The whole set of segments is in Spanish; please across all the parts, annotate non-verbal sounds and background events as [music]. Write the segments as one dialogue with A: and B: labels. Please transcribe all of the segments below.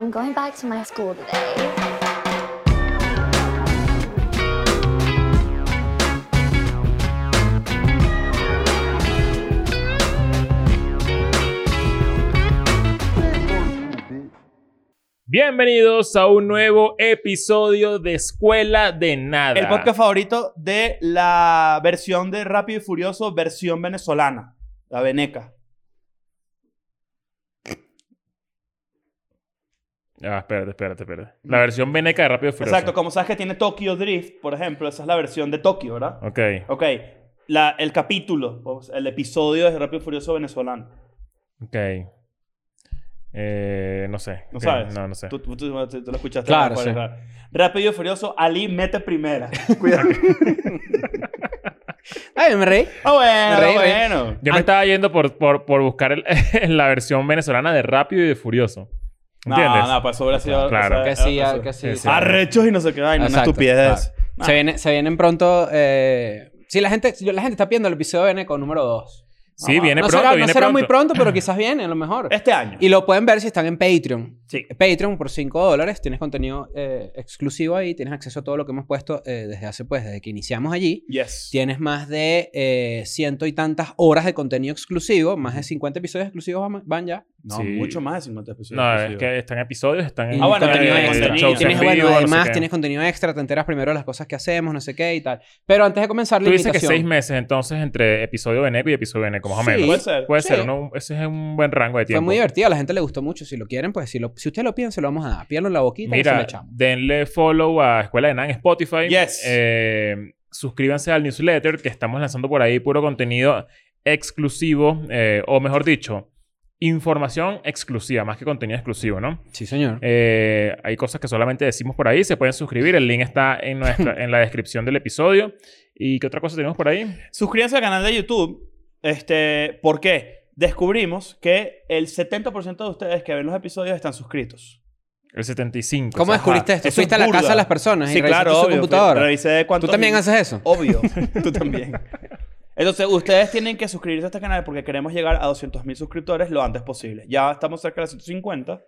A: I'm going back to my school today.
B: Bienvenidos a un nuevo episodio de Escuela de Nada.
C: El podcast favorito de la versión de Rápido y Furioso, versión venezolana, la Veneca.
B: Ah, espérate, espérate, espérate. La versión veneca de Rápido y Furioso.
C: Exacto, como sabes que tiene Tokyo Drift, por ejemplo, esa es la versión de Tokio, ¿verdad?
B: Ok.
C: Ok, la- el capítulo, o sea, el episodio de Rápido y Furioso venezolano.
B: Ok. Eh, no sé.
C: ¿No
B: Ok,
C: sabes?
B: No, no sé.
C: Tú, tú- tú- tú- tú lo escuchaste.
D: Claro,
C: ¿cuál es?
D: sí.
C: Rápido y Furioso, Ali mete
D: [laughs]
C: primera. Cuidado.
D: Ay, me reí.
C: [laughs] Ah, bueno,
D: Rey, rey.
C: bueno.
B: Yo me
D: An-
B: estaba yendo por, por, por buscar el- [laughs] la versión venezolana de Rápido y de Furioso. ¿Entiendes?
C: No, no, pues eso hubiera sido...
B: Claro.
C: o sea,
D: Que sí, ah,
C: eso-
D: que sí.
B: sí, sí.
C: Arrechos y no sé qué. Ay, no, una
D: Exacto, Ah.
C: estupidez. No.
D: Se, viene- se vienen pronto. Eh... Sí, la gente, la gente está pidiendo el episodio de Veneco número 2.
B: Sí,
C: No,
B: viene
D: No
B: pronto,
D: será, no
B: viene
D: será
B: pronto.
D: muy pronto, pero quizás viene, a lo mejor.
C: Este año.
D: Y lo pueden ver si están en Patreon.
C: Sí.
D: Patreon por 5 dólares. Tienes contenido eh, exclusivo ahí. Tienes acceso a todo lo que hemos puesto eh, desde hace, pues, desde que iniciamos allí.
C: Yes.
D: Tienes más de eh, ciento y tantas horas de contenido exclusivo. Más de 50 episodios exclusivos van- van ya.
C: No,
B: Sí.
C: mucho más de 50 episodios.
B: No, es
C: exclusivos.
B: que están episodios, están
D: Y
C: Ah, bueno,
D: contenido
C: eh,
D: extra.
C: contenido.
B: shows en
D: Tienes,
B: vivo,
D: bueno,
B: no sé
D: además
B: qué.
D: tienes contenido extra, te enteras primero de las cosas que hacemos, no sé qué y tal. Pero antes de comenzar la
B: Tú dices que
D: invitación-
B: seis meses entonces entre episodio veneco y episodio veneco, más o
D: Sí.
B: menos.
C: Puede ser.
B: Puede
D: Sí.
B: ser, ¿no? ese es un buen rango de
D: Fue
B: tiempo.
D: muy divertido, a la gente le gustó mucho. Si lo quieren, pues si, lo, si ustedes lo piden, se lo vamos a dar. Pídanlo en la boquita y se lo
B: Mira,
D: echamos.
B: denle follow a Escuela de Nada en Spotify.
C: Yes.
B: Eh, suscríbanse al newsletter que estamos lanzando por ahí puro contenido exclusivo, eh, o mejor dicho, información exclusiva, más que contenido exclusivo, ¿no?
D: Sí, señor.
B: Eh, hay cosas que solamente decimos por ahí. Se pueden suscribir. El link está en,
D: [laughs]
B: nuestra, en la descripción del episodio. ¿Y qué otra cosa tenemos por ahí?
C: Suscríbanse al canal de YouTube. Este, ¿Por qué? Descubrimos que el 70% de ustedes que ven los episodios están suscritos.
B: El 75.
D: ¿Cómo
B: o sea,
D: Ah, descubriste esto?
C: Eso
D: Fuiste a
C: es
D: la
C: burda.
D: casa de las personas y
C: Sí,
D: revisaste
C: claro,
D: su
C: obvio.
D: computadora.
C: Revisé
D: ¿Tú
C: cuántos
D: también
C: mil-
D: haces eso? [laughs]
C: Obvio. Tú también. Entonces, ustedes tienen que suscribirse a este canal porque queremos llegar a 200.000 suscriptores lo antes posible. Ya estamos cerca de los 150.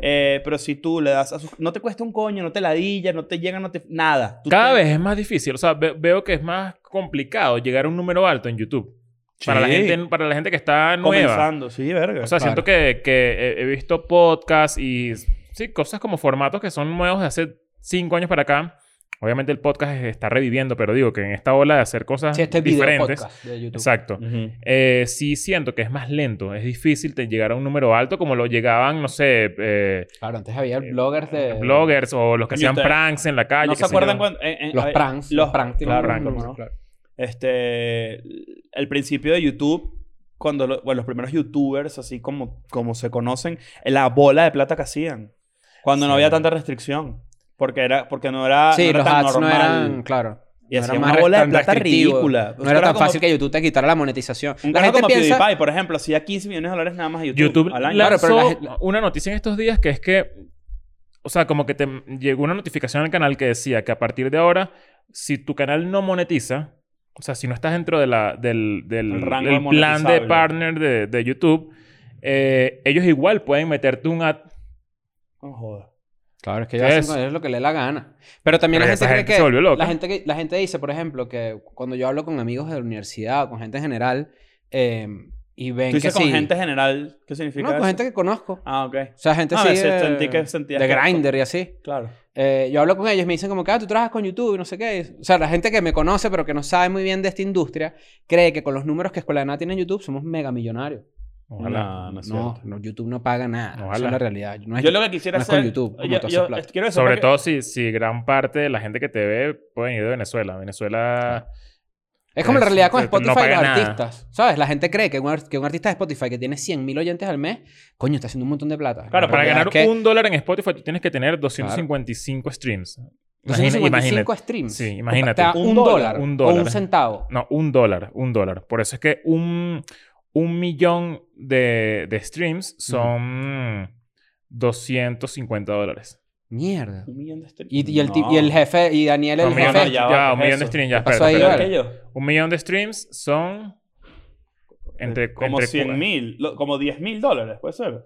C: eh, pero si tú le das a sus- No te cuesta un coño, no te ladilla, no te llega, no te... Nada. Tú
B: Cada
C: te-
B: vez es más difícil. O sea, ve- veo que es más complicado llegar a un número alto en YouTube. Para, la
C: Sí.
B: gente, para la gente que está nueva.
C: Comenzando. Sí, verga.
B: O sea, siento que, que he, he visto podcasts y sí, cosas como formatos que son nuevos de hace cinco años para acá. Obviamente el podcast está reviviendo, pero digo que en esta ola de hacer cosas
D: Sí, este video
B: diferentes.
D: podcast de YouTube.
B: Exacto.
C: Ujú.
B: Eh, sí siento que es más lento. Es difícil te llegar a un número alto como lo llegaban, no sé, eh,
D: Claro, antes había bloggers de...
B: bloggers o los que
C: Coño,
B: hacían
C: ustedes-
B: pranks en la calle.
C: ¿No
B: qué
C: se
B: sé
C: acuerdan
B: Ah, yo.
C: cuando... eh, en- en-
D: Los
C: a ver,
D: pranks. Los pranks. tienen
C: claro,
D: un
C: pranks.
D: nombre, claro.
C: Este, el principio de YouTube, cuando lo- bueno, los primeros YouTubers, así como, como se conocen, la bola de plata que hacían. Cuando no
B: Sí.
C: había tanta restricción. Porque, era, porque no era, Ah, no
D: Sí,
C: era
D: los
C: tan
D: ads
C: normal.
D: no eran... Claro.
C: y
D: no
C: hacían
D: era
C: una
D: más
C: bola de
D: tan
C: plata
D: restrictivo.
C: ridícula.
D: No era tan fácil que YouTube te quitara la monetización.
C: Un
D: La
C: carajo
D: gente
C: como
D: piensa...
C: PewDiePie, por ejemplo, hacía 15 millones de dólares nada más a YouTube,
B: YouTube
C: al año.
D: la-
B: lanzó
D: Claro, pero la-
B: una noticia en estos días que es que, o sea, como que te llegó una notificación al canal que decía que a partir de ahora, si tu canal no monetiza, o sea, si no estás dentro de la, del, del
C: El rango
B: del plan de
C: monetizable.
B: partner de, de YouTube, eh, ellos igual pueden meterte un ad.
C: No jodas.
D: Claro, es que
B: ¿Qué
D: ellos
B: es?
D: hacen con ellos lo que le dé la gana. Pero también
B: Pero
D: la
B: esa
D: gente cree
B: gente
D: que...
B: se volvió loca.
D: La gente, que- la gente dice, por ejemplo, que cuando yo hablo con amigos de la universidad o con gente en general eh, y ven que
C: Tú dices con
D: sí.
C: gente general, ¿qué significa
D: no, con
C: eso?
D: gente que conozco.
C: Ah, ok.
D: O sea, gente
C: Ah,
D: así
C: me se-
D: de-
C: sentí que sentías
D: de
C: que-
D: Grindr y así.
C: Claro.
D: Eh, yo hablo con ellos, me dicen como que, ah, tú trabajas con YouTube y no sé qué. O sea, la gente que me conoce pero que no sabe muy bien de esta industria cree que con los números que Escuela de Nada tiene en YouTube somos mega millonarios.
C: Ah, No, no es
D: No,
C: cierto.
D: no, YouTube no paga nada. Esa
B: Ojalá.
D: es la realidad. No es-
C: Yo lo que quisiera
D: no es
C: hacer...
D: con YouTube, como
C: yo-
D: tú haces
C: yo-
D: plata.
C: quiero decir
B: Sobre
C: porque-
B: todo si, si gran parte de la gente que te ve pueden ir de Venezuela. Venezuela.
C: Ah,
D: Es como la
B: Es-
D: realidad con
B: no
D: Spotify y
B: paga
D: los
B: nada.
D: artistas. ¿Sabes? La gente cree que un, ar- que un artista de Spotify que tiene 100.000 oyentes al mes, coño, está haciendo un montón de plata.
C: Claro,
D: La
B: para
D: realidad
B: ganar
D: es que
B: un dólar en Spotify, tú tienes que tener 255 streams. Imagina-
D: 255
B: imagínate.
D: streams.
B: Sí,
D: Te
B: imagínate.
D: da
C: Un
D: un,
C: dólar,
D: dólar,
B: un
D: O
B: dólar.
D: un centavo.
B: No, un dólar, un dólar. Por eso es que un, un millón de, de streams son 250 dólares.
D: Mierda.
C: Un millón de streams.
D: Y, y el, ti-
C: No.
D: y el jefe, y Daniel, el
B: un millón,
C: no,
D: jefe.
B: de-
C: ya
B: ya,
C: va, ¿qué es
B: un millón de
C: eso?
B: streams, ya,
D: ¿Qué pasó
B: espérate,
D: ahí,
B: espérate.
D: vale?
C: Aquello.
B: Un millón de streams son entre...
C: como
B: entre
C: 100 mil, como 10 mil dólares, puede ser.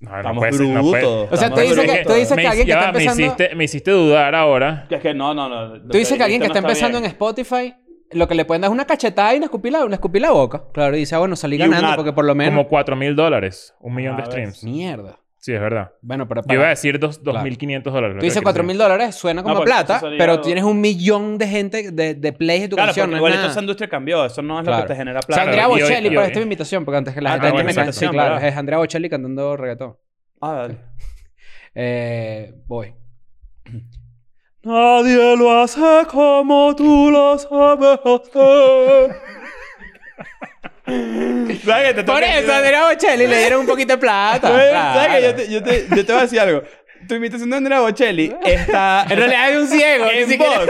B: No, no
C: Estamos
B: puede ser, no puede-
C: brutos.
D: O sea,
C: Estamos
D: tú dices
C: brutos.
D: que- tú dices-
B: me,
D: que alguien que
B: ya
D: está
B: va, me
D: empezando-
B: hiciste, me hiciste dudar ahora.
C: Es que no, no, no.
D: Tú dices que alguien que está empezando en Spotify, lo que le pueden dar es una cachetada y una escupila, una escupila boca. Claro, y dice, ah, bueno, salí
C: Y un
D: ganando
C: ad.
D: porque por lo menos...
B: Como 4 mil dólares. Un millón de
C: Ah, A ver,
B: streams.
D: Mierda.
B: Sí, es verdad.
D: Bueno, pero...
B: Yo
D: para-
B: iba a decir dos-
D: Claro.
B: 2.500 dólares.
D: Tú dices 4 mil dólares, suena como
C: pues,
D: plata,
C: eso sería
D: pero
C: algo-
D: tienes un millón de gente de, de plays de tu
C: Claro,
D: canción.
C: porque
D: no es
C: igual
D: nada.
C: esa industria cambió. Eso no es lo
D: Claro.
C: que te genera
D: O sea,
C: plata.
B: Claro,
D: Andrea
B: y hoy-
D: Bocelli,
B: y
D: pero
B: hoy-
D: esta es mi invitación, porque antes que la
C: Ah,
D: gente
C: bueno,
D: me canse. Sí,
C: invitación,
D: claro,
C: ¿verdad?
D: es Andrea Bocelli cantando reggaetón. [laughs]
C: Ah, dale.
D: Eh, voy. Nadie lo hace como tú lo [laughs] sabes hacer.
C: ¿Sabes que te
D: Por
C: toca-
D: eso, Andrea Bocelli le dieron un poquito de plata.
C: [laughs] ¿Sabes?
D: Claro.
C: ¿Sabes que yo te, yo, te, yo te voy a decir algo? Tu invitación de
D: [laughs]
C: Andrea Bocelli está
D: En realidad es un ciego. ni
C: en
D: siquiera-
C: voz,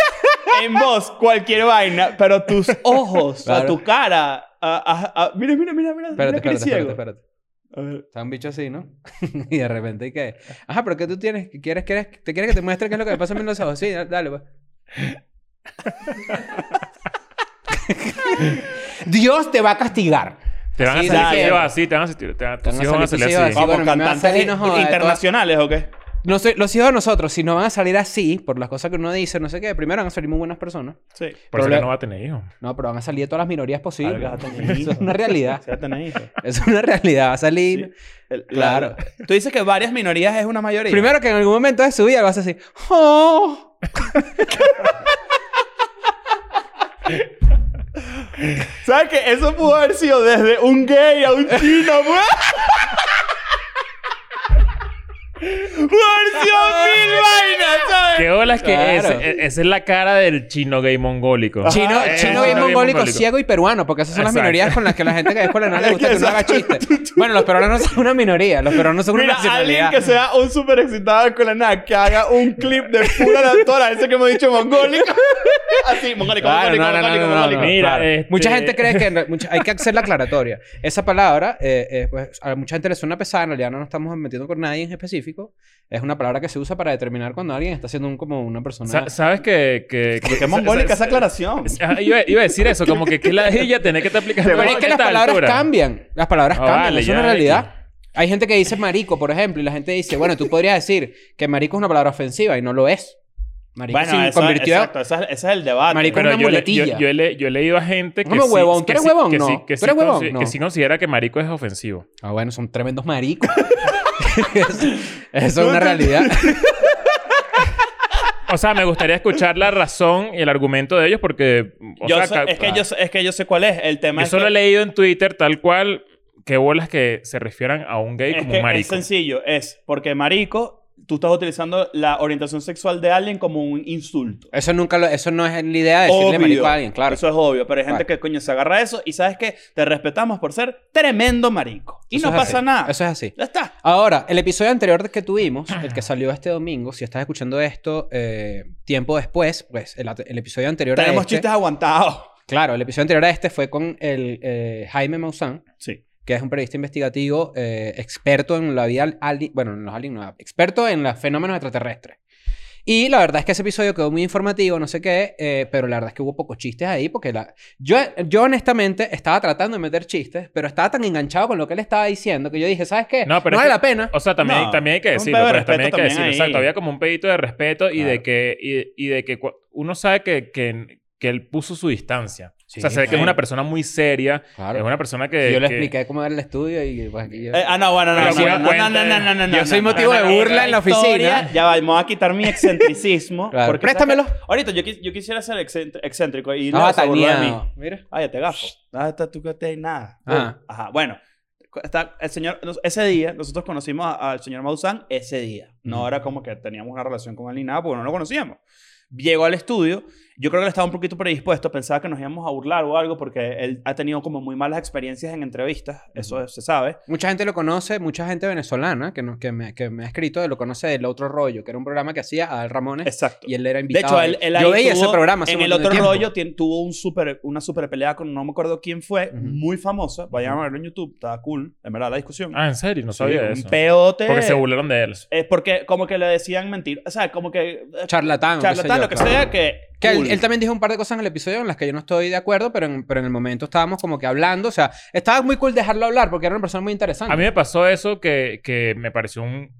C: en voz, cualquier vaina, pero
D: [laughs]
C: tus ojos, o sea,
D: Claro.
C: tu cara. ah, ah, ah, mira, mira, mira, mira.
D: [laughs] Espérate,
C: mira
D: espérate,
C: que eres
D: espérate,
C: ciego.
D: espérate.
C: A ver.
D: Está un bicho así, ¿no? [laughs] y de repente, ¿y qué? Ajá, pero ¿qué tú tienes? ¿Qué ¿Quieres, quieres, ¿Te quieres que te muestre qué es lo que me pasa a mí en los ojos? Sí, da- dale, pues. [laughs] Dios te va a castigar.
B: Te van a
D: Sí,
B: salir
C: dale.
B: tus hijos así, te van a salir- te van- tus
D: van a
B: hijos van a
D: salir
B: salir
D: tus
B: así.
D: hijos
C: Vamos,
D: bueno, me va a
C: cantantes
D: salir, no joda, de todas-
C: internacionales, ¿o qué?
D: No sé, los hijos de nosotros, si nos van a salir así, por las cosas que uno dice, no sé qué, primero van a salir muy buenas personas.
C: Sí.
B: Por eso
D: Problema-
B: que no va a tener hijos.
D: No, pero van a salir de todas las minorías posibles.
C: Claro, vas a tener
D: Eso
C: hijos.
D: es una
C: [laughs]
D: realidad.
C: Se va a tener hijos.
D: Es una realidad, va a salir.
C: El-
D: Claro.
C: la- Tú dices que varias minorías es una mayoría.
D: Primero que en algún momento de su vida vas a decir, ¡Oh!
C: ¿Sabes que Eso pudo haber sido desde un gay a un chino, [laughs] weón. Pudo haber sido mil vainas, ¿sabes?
B: ¿Qué olas que es?
D: Claro.
B: E- Esa es la cara del chino gay mongólico.
D: Chino,
B: Eh,
D: chino bien
B: gay
D: mongólico, ciego y peruano, porque esas son las
B: Exacto.
D: minorías con las que la gente que es escuela no le
C: Es
D: gusta
C: que
D: que uno haga
C: exacto,
D: chistes. Bueno, los peruanos son una minoría, los peruanos son una
C: Mira, alguien
D: nacionalidad.
C: que sea un súper excitado con la nada, que haga un clip de pura la todas las veces que hemos dicho mongólico. [laughs] Así, mongólico,
D: Claro,
C: mongólico,
D: no, no, no,
C: mongólico,
D: no, no,
C: mongólico.
D: no,
B: Mira,
C: eh,
D: claro.
B: este-
D: Mucha gente [laughs] cree que no- mucha- hay que hacer la aclaratoria. Esa palabra, eh, eh, pues, a mucha gente le suena pesada, en realidad no nos estamos metiendo con nadie en específico. Es una palabra que se usa para determinar cuando alguien está siendo un- como una persona...
B: Sa- ¿Sabes que, que, que- [laughs]
C: Qué
B: sa-
C: mongólica
B: sa-
C: esa aclaración.
B: Ajá, Iba, iba a decir eso, como que qué ladilla tener que te aplicar.
D: Pero es que las palabras cambian. Las palabras
B: Ah,
D: cambian.
B: vale,
D: eso es
B: ya,
D: una
B: ya.
D: realidad. Hay gente que dice marico, por ejemplo, y la gente dice, bueno, tú podrías decir que marico es una palabra ofensiva y no lo es. Marico
C: Bueno,
D: se
C: eso,
D: convirtió.
C: exacto, ese es- ese es el debate.
D: Marico,
B: Pero
D: una
B: yo, le, yo,
D: muletilla.
B: yo he le- yo he leído a gente que
D: Hombre,
B: sí-
D: huevón, ¿tú
B: que
D: eres
B: sí-
D: huevón?
B: que
D: No.
B: sí- que
D: ¿Tú
B: sí
D: eres huevón?
B: consi-
D: No.
B: que sí considera que marico es ofensivo.
D: Ah, bueno, son tremendos maricos. [laughs] eso, eso es una realidad.
B: O sea, me gustaría escuchar la razón y el argumento de ellos porque... o
C: Yo
B: sea,
C: sé-
B: ca-
C: es, que yo, sé- es que yo sé cuál es el tema.
B: Yo
C: es
B: solo
C: que-
B: he leído en Twitter tal cual que bolas que se refieran a un gay
C: es,
B: como
C: que
B: un
C: es
B: marico.
C: sencillo. Es porque marico, tú estás utilizando la orientación sexual de alguien como un insulto.
D: Eso nunca lo, eso no es la idea de decirle
C: Obvio.
D: marico a alguien, claro.
C: Eso es obvio. Pero hay gente
D: Claro.
C: que coño se agarra a eso y sabes que te respetamos por ser tremendo marico. Y
D: Eso
C: no
D: es
C: pasa
D: así.
C: nada.
D: Eso es así.
C: Ya está.
D: Ahora, el episodio anterior que tuvimos, el que salió este domingo, si estás escuchando esto eh, tiempo después, pues el, at- el episodio anterior a
C: Tenemos
D: este-
C: chistes aguantados.
D: Claro, el episodio anterior a este fue con el eh, Jaime Maussan,
C: Sí.
D: que es un periodista investigativo eh, experto en la vida alien, bueno, en los aliens, no, experto en los fenómenos extraterrestres. Y la verdad es que ese episodio quedó muy informativo, no sé qué, eh, pero la verdad es que hubo pocos chistes ahí, porque la... yo, yo honestamente estaba tratando de meter chistes, pero estaba tan enganchado con lo que él estaba diciendo que yo dije, ¿sabes qué?
B: No, pero es
D: vale
B: que-
D: la pena.
B: O sea, también,
C: No,
B: también hay que
C: un
B: decirlo.
C: pedo de
B: pues, también hay
C: respeto
B: que
C: también
B: decirlo.
C: ahí.
B: Exacto. Había como un pedito de respeto y de
D: Claro.
B: que, y, y de que cu- uno sabe que, que, que él puso su distancia.
D: Sí,
B: o sea, se ve que es
D: claro.
B: una persona muy seria.
D: Claro.
B: Es una persona que.
D: yo le
B: que-
D: expliqué cómo era el estudio y pues, aquí yo-
C: Eh, ah, no, bueno, no,
B: Pero
C: no,
B: si
C: no,
B: das
C: no,
B: cuenta,
C: no, no, no, no, no,
D: yo soy
C: no,
D: motivo
C: no,
D: de
C: no, no,
D: burla
C: no,
D: en la
C: historia,
D: oficina.
C: Ya vamos a quitar mi [laughs] excentricismo.
D: Claro.
C: porque-
D: Préstamelo.
C: Ahorita yo, quis- yo quisiera ser excent- excéntrico y
D: estaba
C: no se burló de mí.
D: taneado. Mira.
C: Ah, ya te gafo. Ah, está tú que te nada.
D: Ajá.
C: Ajá. Bueno, cu- está el señor, nos- ese día, nosotros conocimos a- al señor Maussan ese día. No era como que teníamos una relación con él ni nada, porque no lo conocíamos. Llegó al estudio, yo creo que él estaba un poquito predispuesto, pensaba que nos íbamos a burlar o algo, porque él ha tenido como muy malas experiencias en entrevistas, eso se sabe.
D: Mucha gente lo conoce, mucha gente venezolana que, no- que, me, que me ha escrito lo conoce del otro rollo, que era un programa que hacía Adal Ramones
C: Exacto.
D: Eh, y él era
C: De
D: invitado.
C: hecho, él, él ahí
D: Yo veía
C: tuvo-
D: ese programa. hace
C: En
D: un
C: el
D: montón de
C: otro
D: tiempo.
C: rollo tien- tuvo un super, una super pelea con no me acuerdo quién fue,
D: Ujú.
C: muy famosa. Vayan a verlo en YouTube, está cool, en verdad, la discusión.
B: Ah, en serio, no sabía
C: Sí,
B: eso.
C: Un peote.
B: Porque se burlaron de él.
C: Es porque como que le decían mentir. O sea, como que... eh,
D: Charlatán. o qué sé
C: charlatán,
D: yo,
C: lo que
D: claro.
C: sea, que,
D: Que él,
C: Cool.
D: él también dijo un par de cosas en el episodio en las que yo no estoy de acuerdo, pero en, pero en el momento estábamos como que hablando. O sea, estaba muy cool dejarlo hablar porque era una persona muy interesante.
B: A mí me pasó eso que, que me pareció un,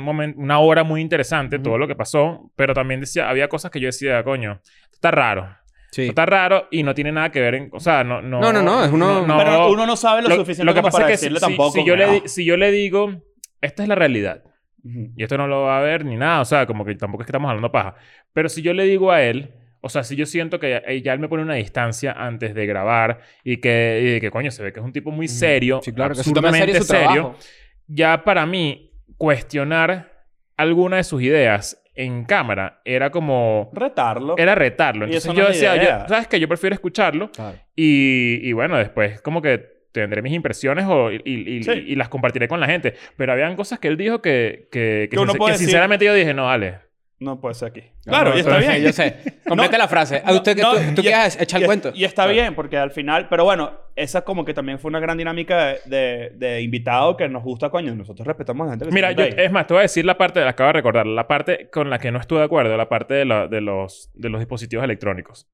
B: momento, una hora muy interesante,
D: Ujú.
B: todo lo que pasó, pero también decía, había cosas que yo decía, coño, está raro.
D: Sí.
B: Está raro y no tiene nada que ver en... O sea, no... No,
D: No, no, no, es uno-
C: Pero uno no sabe lo, suficiente
B: que
C: como
B: pasa es
C: para
B: que si-
C: decirle
B: si-
C: tampoco.
B: si yo le
C: ¿no?
B: di- si yo le digo, esta es la realidad.
C: Ujú.
B: Y esto no lo va a ver ni nada. O sea, como que tampoco es que estamos hablando paja. Pero si yo le digo a él, o sea, si yo siento que eh, ya él me pone una distancia antes de grabar y que, y de que coño, se ve que es un tipo muy serio,
D: Sí, claro, que se toma en
B: absurdamente
D: serio su
B: serio,
D: trabajo.
B: ya para mí cuestionar alguna de sus ideas en cámara era como...
C: Retarlo.
B: Era retarlo.
C: Y
B: Entonces
C: eso no
B: yo
C: es mi
B: decía,
C: idea.
B: yo- ¿sabes qué? Yo prefiero escucharlo
D: Claro.
B: y, y bueno, después como que tendré mis impresiones o, y, y-
C: Sí.
B: y las compartiré con la gente. Pero habían cosas que él dijo que, que, que
C: Que uno
B: sincer-
C: puede
B: que
C: decir-
B: sinceramente yo dije, no, vale.
C: No puede ser
D: Ah,
C: aquí. Claro, y está
D: pero
C: bien.
D: sí, Yo sé.
C: [laughs]
D: Completa la frase. ¿A usted que
C: No,
D: tú,
C: no,
D: tú
C: y-
D: quieras echar
C: y-
D: el cuento?
C: Y está
D: Claro.
C: bien, porque al final, pero bueno, esa como que también fue una gran dinámica de, de, de invitado que nos gusta, coño. Nosotros respetamos a la gente que se
B: Mira, yo, eh,
C: sienta ahí.
B: es más, te voy a decir la parte, acabo de recordar, la parte con la que no estuve de acuerdo, la parte de, la- de los, de los dispositivos electrónicos.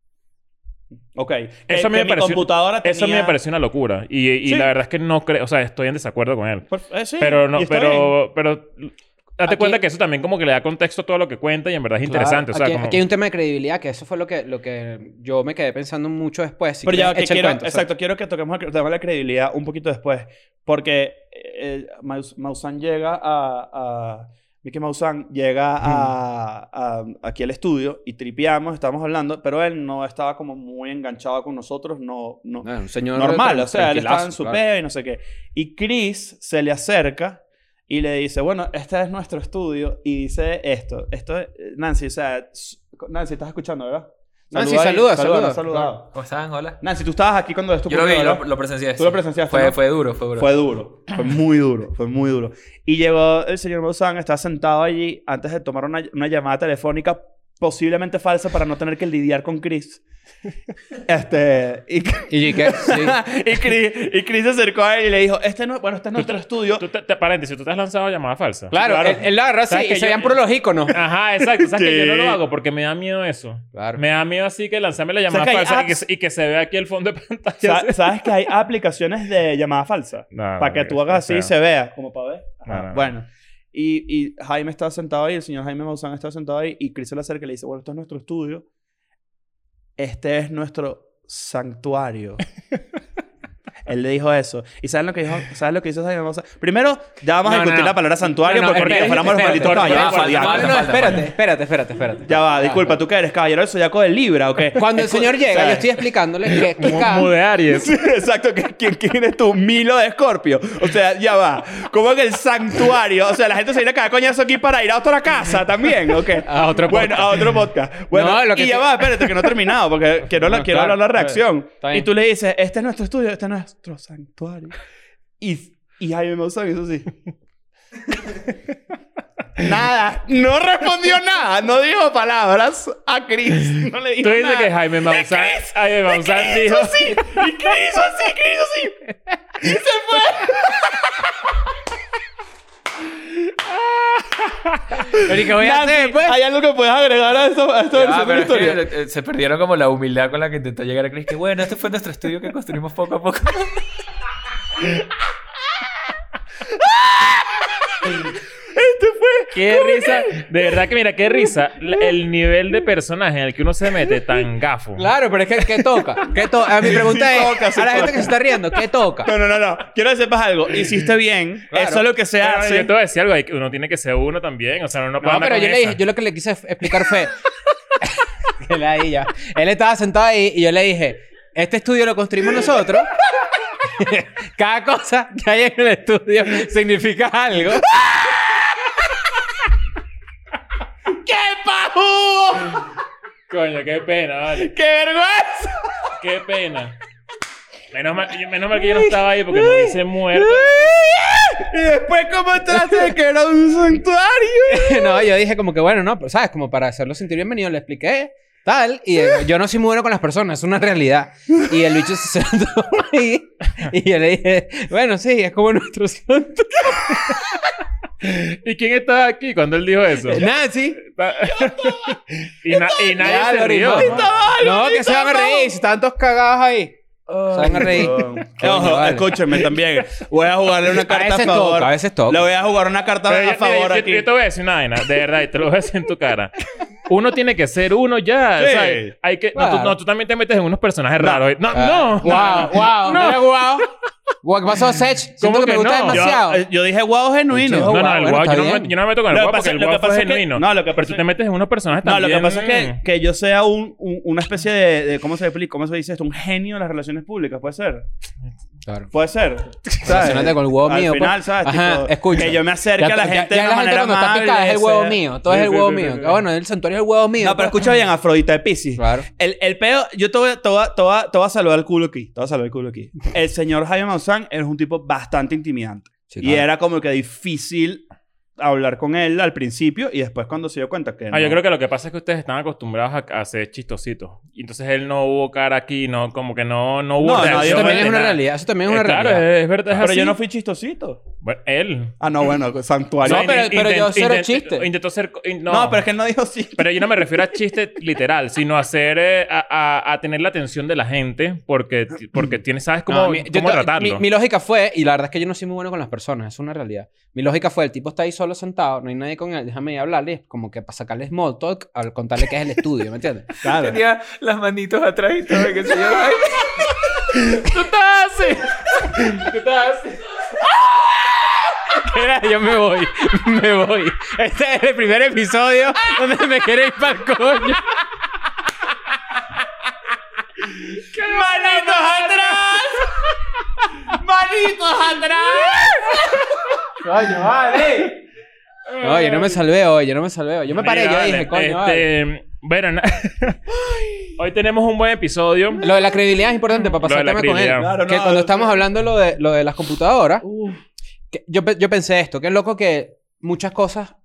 C: Ok.
B: Eso a mí
C: que
B: me
C: mi
B: pareció-
C: computadora
B: Eso a mí me
C: tenía-
B: pareció una locura. Y, y
C: Sí.
B: la verdad es que no creo, o sea, estoy en desacuerdo con él.
C: Por- eh, sí,
B: pero no,
C: y está bien.
B: pero, pero, date
D: Aquí-
B: cuenta que eso también como que le da contexto a todo lo que cuenta y en verdad es
D: Claro,
B: interesante. o sea,
D: aquí,
B: como-
D: aquí hay un tema de credibilidad que eso fue lo que, lo que yo me quedé pensando mucho después. Si
C: pero ya
D: quieres,
C: que
D: echa el
C: quiero,
D: cuento, o sea.
C: exacto, quiero que toquemos el tema de la credibilidad un poquito después, porque eh, Maus- Maussan llega a, a Mickey Maussan llega a, a- aquí al estudio y tripeamos, estábamos hablando, pero él no estaba como muy enganchado con nosotros, no, no,
D: Ah, un señor
C: normal,
D: tra-
C: o sea, él estaba en su
D: tranquilazo, claro.
C: peo y no sé qué. Y Chris se le acerca y le dice, bueno, este es nuestro estudio y dice esto, esto es- Nancy, o sea, s- Nancy, estás escuchando, ¿verdad?
D: Nancy,
C: ahí,
D: saluda,
C: no
D: saluda.
C: has saludado.
E: ¿Cómo estaban? Hola.
C: Nancy, tú estabas aquí cuando esto
E: Yo lo vi,
C: ocurrió,
E: lo,
C: ¿verdad?
E: lo presencié.
C: Tú lo presenciaste,
E: Fue,
C: ¿no?
E: fue duro, fue duro.
C: Fue duro, fue muy duro, fue muy duro. Y llegó el señor Maussan, estaba sentado allí antes de tomar una, una llamada telefónica posiblemente falsa para no tener que lidiar con
E: [laughs]
C: Chris. Este, y, [laughs]
D: Y que, sí.
C: y, Chris, y Chris se acercó a él y le dijo, este no, bueno, este es nuestro
E: [laughs]
C: estudio.
B: Tú te, te- paréntesis, tú te has lanzado llamada falsa.
D: Claro,
C: Claro.
D: Él, él la agarró así
B: ¿Sabes
D: y
B: que
D: se
B: yo-
D: veían por los iconos.
B: Ajá, exacto. Sabes que yo no
C: Sí.
B: lo hago porque me da miedo eso.
D: Claro.
B: Me da miedo así que lanzarme la llamada
C: O sea, que hay
B: falsa y que,
C: apps-
B: y que se vea aquí el fondo de pantalla.
C: Sa- ¿Sabes que hay aplicaciones de llamada falsa?
E: Ah,
B: No,
C: para que
B: marica,
C: tú hagas así
B: qué
C: y
B: feo.
C: se vea, como para ver. Ajá,
B: No, no, no.
C: Bueno. Y, y Jaime está sentado ahí, el señor Jaime Maussan está sentado ahí, y Chris se le acerca y le dice, bueno, esto es nuestro estudio. Este es nuestro
D: [laughs]
C: santuario. Él le dijo eso. ¿Y sabes lo que dijo? ¿Sabes lo que hizo Jaime Maussan? Primero, ya vamos a
D: No, no,
C: discutir
D: no.
C: la palabra santuario
D: No, no,
C: porque
D: espérate,
C: fuéramos los
D: espérate,
C: malditos caballeros
D: espérate,
E: falta,
C: zodiacos.
D: No, no,
E: falta,
D: espérate,
E: falta.
D: espérate, espérate, espérate.
C: Ya va, disculpa, ¿tú qué eres? ¿Caballero del zodiaco de Libra o qué?
D: Cuando
C: [laughs]
D: el señor llega, yo
C: ¿Sabes?
D: estoy explicándole que
B: Mu-
D: Kika-
B: mu de Aries.
C: Sí, exacto. ¿Qui- ¿Quién, ¿Quién es tú? Milo de Escorpio. O sea, ya va. Como en el santuario. O sea, la gente se viene a cada coñazo aquí para ir a otra casa también. ¿O qué?
D: A otro
C: Bueno, a otro podcast. Bueno,
D: No, lo que
C: y ya
D: te-
C: va, espérate, que no he
D: [laughs]
C: terminado porque quiero, la,
D: No,
C: quiero
D: claro,
C: hablar la
D: claro.
C: reacción.
D: Está bien.
C: Y tú le dices, este es nuestro estudio, este es nuestro santuario. Y, y Jaime Maussan
D: [laughs]
C: hizo así. nada. No respondió nada. No dijo palabras a Chris. No le dijo
B: Tú dices
C: nada.
B: que Jaime Maussan, Jaime Maussan dijo...
C: Sí, y Chris hizo así, Chris hizo así.
D: Pero, ¿y qué voy a
C: Nancy,
D: hacer, pues?
C: ¿Hay algo que puedes agregar a esto, a esta
E: Ya,
C: versión de la
E: pero es
C: historia?
E: que, eh, se perdieron como la humildad con la que intentó llegar a Chris. Que bueno, este fue nuestro estudio que construimos poco a poco.
C: Este
B: Qué risa. De verdad que mira, qué risa. la- El nivel de personaje en el que uno se mete tan gafo.
D: Claro, pero es que ¿qué toca? ¿Qué to- a mi pregunta
C: sí
D: es,
C: toca, sí
D: a la gente
C: toca.
D: que se está riendo, ¿qué toca?
C: No, no, no, no. Quiero que sepas algo. Hiciste bien.
D: Claro.
C: Eso es lo que se
B: Pero
C: hace.
B: Yo te voy a decir algo. hay que- Uno tiene que ser uno también. O sea, uno no puede
D: No,
B: andar
D: pero
B: con
D: yo le
B: esa.
D: dije, yo lo que le quise explicar fue. [laughs] que la ella. Él estaba sentado ahí y yo le dije: Este estudio lo construimos nosotros. [laughs] Cada cosa que hay en el estudio significa algo. [laughs]
C: ¡Qué pajudo!
B: Coño, qué pena, vale.
C: ¡Oh! ¡Qué vergüenza!
B: Qué pena. Menos mal, menos mal que yo no estaba ahí porque me hubiese muerto.
C: Y después, ¿cómo entraste de que era un santuario?
D: no, yo dije, como que bueno, no, pero sabes, como para hacerlo sentir bienvenido, le expliqué. Tal, y eh, yo no soy muy bueno con las personas, es una realidad. Y el bicho se sentó [laughs] ahí. Y yo le dije, bueno, sí, es como nuestro santo.
B: ¿Y quién estaba aquí cuando él dijo eso?
D: Nancy.
B: [laughs] y, na- y nadie se
D: Claro,
B: rió.
D: no. No, que se van a reír. Si están todos cagados ahí. se van a reír.
C: Eh, ojo,
D: Coño, vale.
C: escúchenme también. Voy a jugarle una
D: A
C: carta a
D: veces toca, a
C: favor.
D: veces toca.
C: Le voy a jugar una carta
B: Pero
C: a
B: yo- mira,
C: favor
B: yo,
C: aquí.
B: yo te voy a decir una vaina, de verdad, y te lo voy a decir en tu cara. Uno tiene que ser uno ya.
C: Sí.
B: ¿sabes? Hay que, no,
D: Claro.
B: tú, no, tú también te metes en unos personajes raros. ¿eh? No,
D: Ah,
B: no.
D: Wow, wow.
B: No.
D: Mira, wow. Wow, ¿Qué pasó, Sech? Siento
B: ¿Cómo
D: que, me
B: que
D: gusta
B: no?
D: demasiado.
C: Yo, eh, yo dije guau genuino.
D: Sí,
B: No,
D: guau,
B: no, el
D: bueno,
B: guau,
D: está
B: yo, no,
D: bien.
B: me- yo no me meto con el
C: Lo que
B: guau
C: pasa-
B: porque el
C: lo que
B: guau fue
C: pasa es que-
B: genuino.
C: no, lo que
B: Pero
C: pasa
B: tú
C: es-
B: te metes en unos personajes
C: No,
B: también.
C: lo que pasa es que, que yo sea un, un- una especie de, de- ¿cómo, se, pli- ¿Cómo se dice esto? Un genio de las relaciones públicas, puede ser.
D: Claro.
C: Puede ser.
D: Relacionándote con el huevo
C: Al
D: mío,
C: final,
D: pues.
C: ¿sabes?
D: Ajá,
C: Tipo,
D: escucha.
C: Que yo me acerque a la
D: ya-
C: gente
D: ya
C: de
D: la
C: una
D: gente
C: manera
D: cuando está
C: amable,
D: picada es el
C: sea-
D: huevo mío. Todo
C: Sí,
D: es el
C: sí,
D: huevo
C: sí, sí,
D: mío.
C: sí.
D: Ah, Bueno, el santuario es el huevo mío.
C: No, pero
D: pues.
C: escucha bien, Afrodita de Pisces.
D: Claro.
C: El, el peo, yo te voy, a- te, voy a- te voy a- te voy a saludar el culo aquí. Te voy a saludar el
D: [laughs]
C: culo aquí. El señor Jaime Maussan es un tipo bastante intimidante.
D: Sí,
C: Y
D: claro.
C: era como que difícil hablar con él al principio y después cuando se dio cuenta que.
B: Ah, yo creo que lo que pasa es que ustedes están acostumbrados a, a hacer chistositos. Y entonces él no hubo cara aquí, no, como que no, no hubo
C: No, no,
D: Eso
C: yo
B: reacción
C: no
D: también
B: ante
D: es una
B: nada.
D: realidad. Eso también es
B: Eh,
D: una
B: claro,
D: realidad.
B: es, es verdad. es
C: Pero yo
B: así.
C: no fui chistosito.
B: Bueno, él.
C: Ah, no,
B: [laughs]
C: bueno, santuario.
D: No,
C: No,
D: pero-
B: in-
D: pero yo
B: intent-
D: cero
B: intent-
D: chiste.
B: Intentó ser... co- in- No,
C: pero es que él no dijo sí.
B: Pero yo no me refiero
D: [laughs]
B: a chiste literal, sino a hacer... eh, a, a- a tener la atención de la gente porque,
D: [clears throat]
B: porque tienes, sabes cómo,
D: No, mi- yo
B: cómo
D: to-
B: tratarlo.
D: Mi, mi lógica fue, y la verdad es que yo no soy muy bueno con las personas, es una realidad. Mi lógica fue, el tipo está ahí solo sentado, no hay nadie con él, déjame ir a hablarle, como que para sacarle small talk, al contarle que es el estudio, ¿me entiendes?
C: Claro.
E: Tenía las manitos atrás y todo, qué sé yo. Ay,
B: ¡Tú estás así! ¡Tú estás así! Mira, [laughs] yo me voy. Me voy. Este es el primer episodio donde me queréis para el coño.
C: ¡Manitos atrás! ¡Manitos atrás!
E: Coño, vale.
D: No, yo no me salvé hoy, yo no me salvé hoy. Yo me paré, yo
B: Mira,
D: dije,
B: vale,
D: coño, vale".
B: Este, bueno, na- [laughs] hoy tenemos un buen episodio.
D: Lo de la credibilidad es importante para
B: Lo de
D: pasar el
B: la
D: tema con él.
B: credibilidad.
C: Claro,
D: que
C: no,
D: cuando
C: no,
D: estamos
C: no.
D: hablando lo de, lo de las computadoras, que yo, pe- yo pensé esto, que es loco que muchas cosas,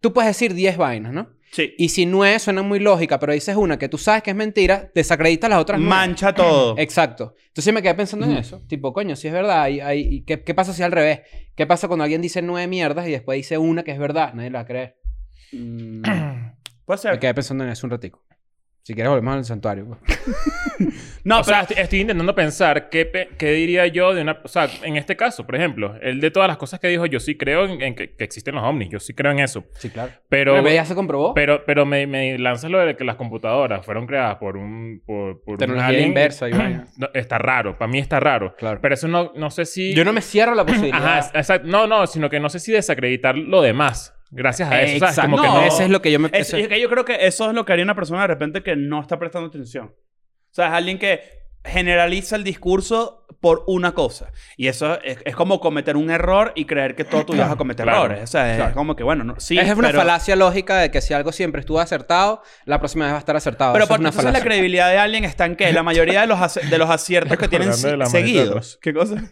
D: tú puedes decir 10 vainas, ¿no?
C: Sí.
D: Y si nueve suena muy lógica, pero dices una que tú sabes que es mentira, desacreditas las otras nueve.
C: Mancha todo.
B: Eh,
D: Exacto. Entonces me quedé pensando en eso. Tipo, coño, si es verdad, hay- hay- y ¿qué, qué pasa si al revés? ¿Qué pasa cuando alguien dice nueve mierdas y después dice una que es verdad? Nadie la cree.
C: Puede
D: Me
C: ser.
D: quedé pensando en eso un ratico. Si quieres volvemos al santuario. pues.
C: No,
B: o sea, estoy, estoy intentando pensar qué, pe- qué diría yo de una... O sea, en este caso, por ejemplo, el de todas las cosas que dijo, yo sí creo en, en que, que existen los ovnis. Yo sí creo en eso.
D: Sí, claro.
B: Pero...
D: Pero, ya se comprobó.
B: Pero, pero me, me lanzas lo de que las computadoras fueron creadas por un... Por, por un
D: Tecnología
B: alien.
D: inversa y vaina.
B: No, está raro. Para mí está raro.
D: Claro.
B: Pero eso no, no sé si...
D: Yo no me cierro la posibilidad.
B: Ajá, es- exacto. No, no. Sino que no sé si desacreditar lo demás. Gracias a eso. ¿sabes?
D: Exacto.
B: Como que
D: No,
B: no...
D: eso es lo que yo me...
C: Es,
D: eso-
C: es que yo creo que eso es lo que haría una persona de repente que no está prestando atención. O sea, es alguien que generaliza el discurso por una cosa. Y eso es, es como cometer un error y creer que todo tú vas a cometer
B: claro,
C: errores. O sea, es como que, bueno, no, sí,
D: Esa es una
C: pero-
D: falacia lógica de que si algo siempre estuvo acertado, la próxima vez va a estar acertado.
C: Pero
D: Eso es
C: por
D: una
C: entonces la
D: falacia.
C: credibilidad de alguien está en que la mayoría de los, ace- de los aciertos que tienen
B: Acordando de la
C: se-
B: manito de
C: seguidos. ¿Qué cosa?
B: [laughs]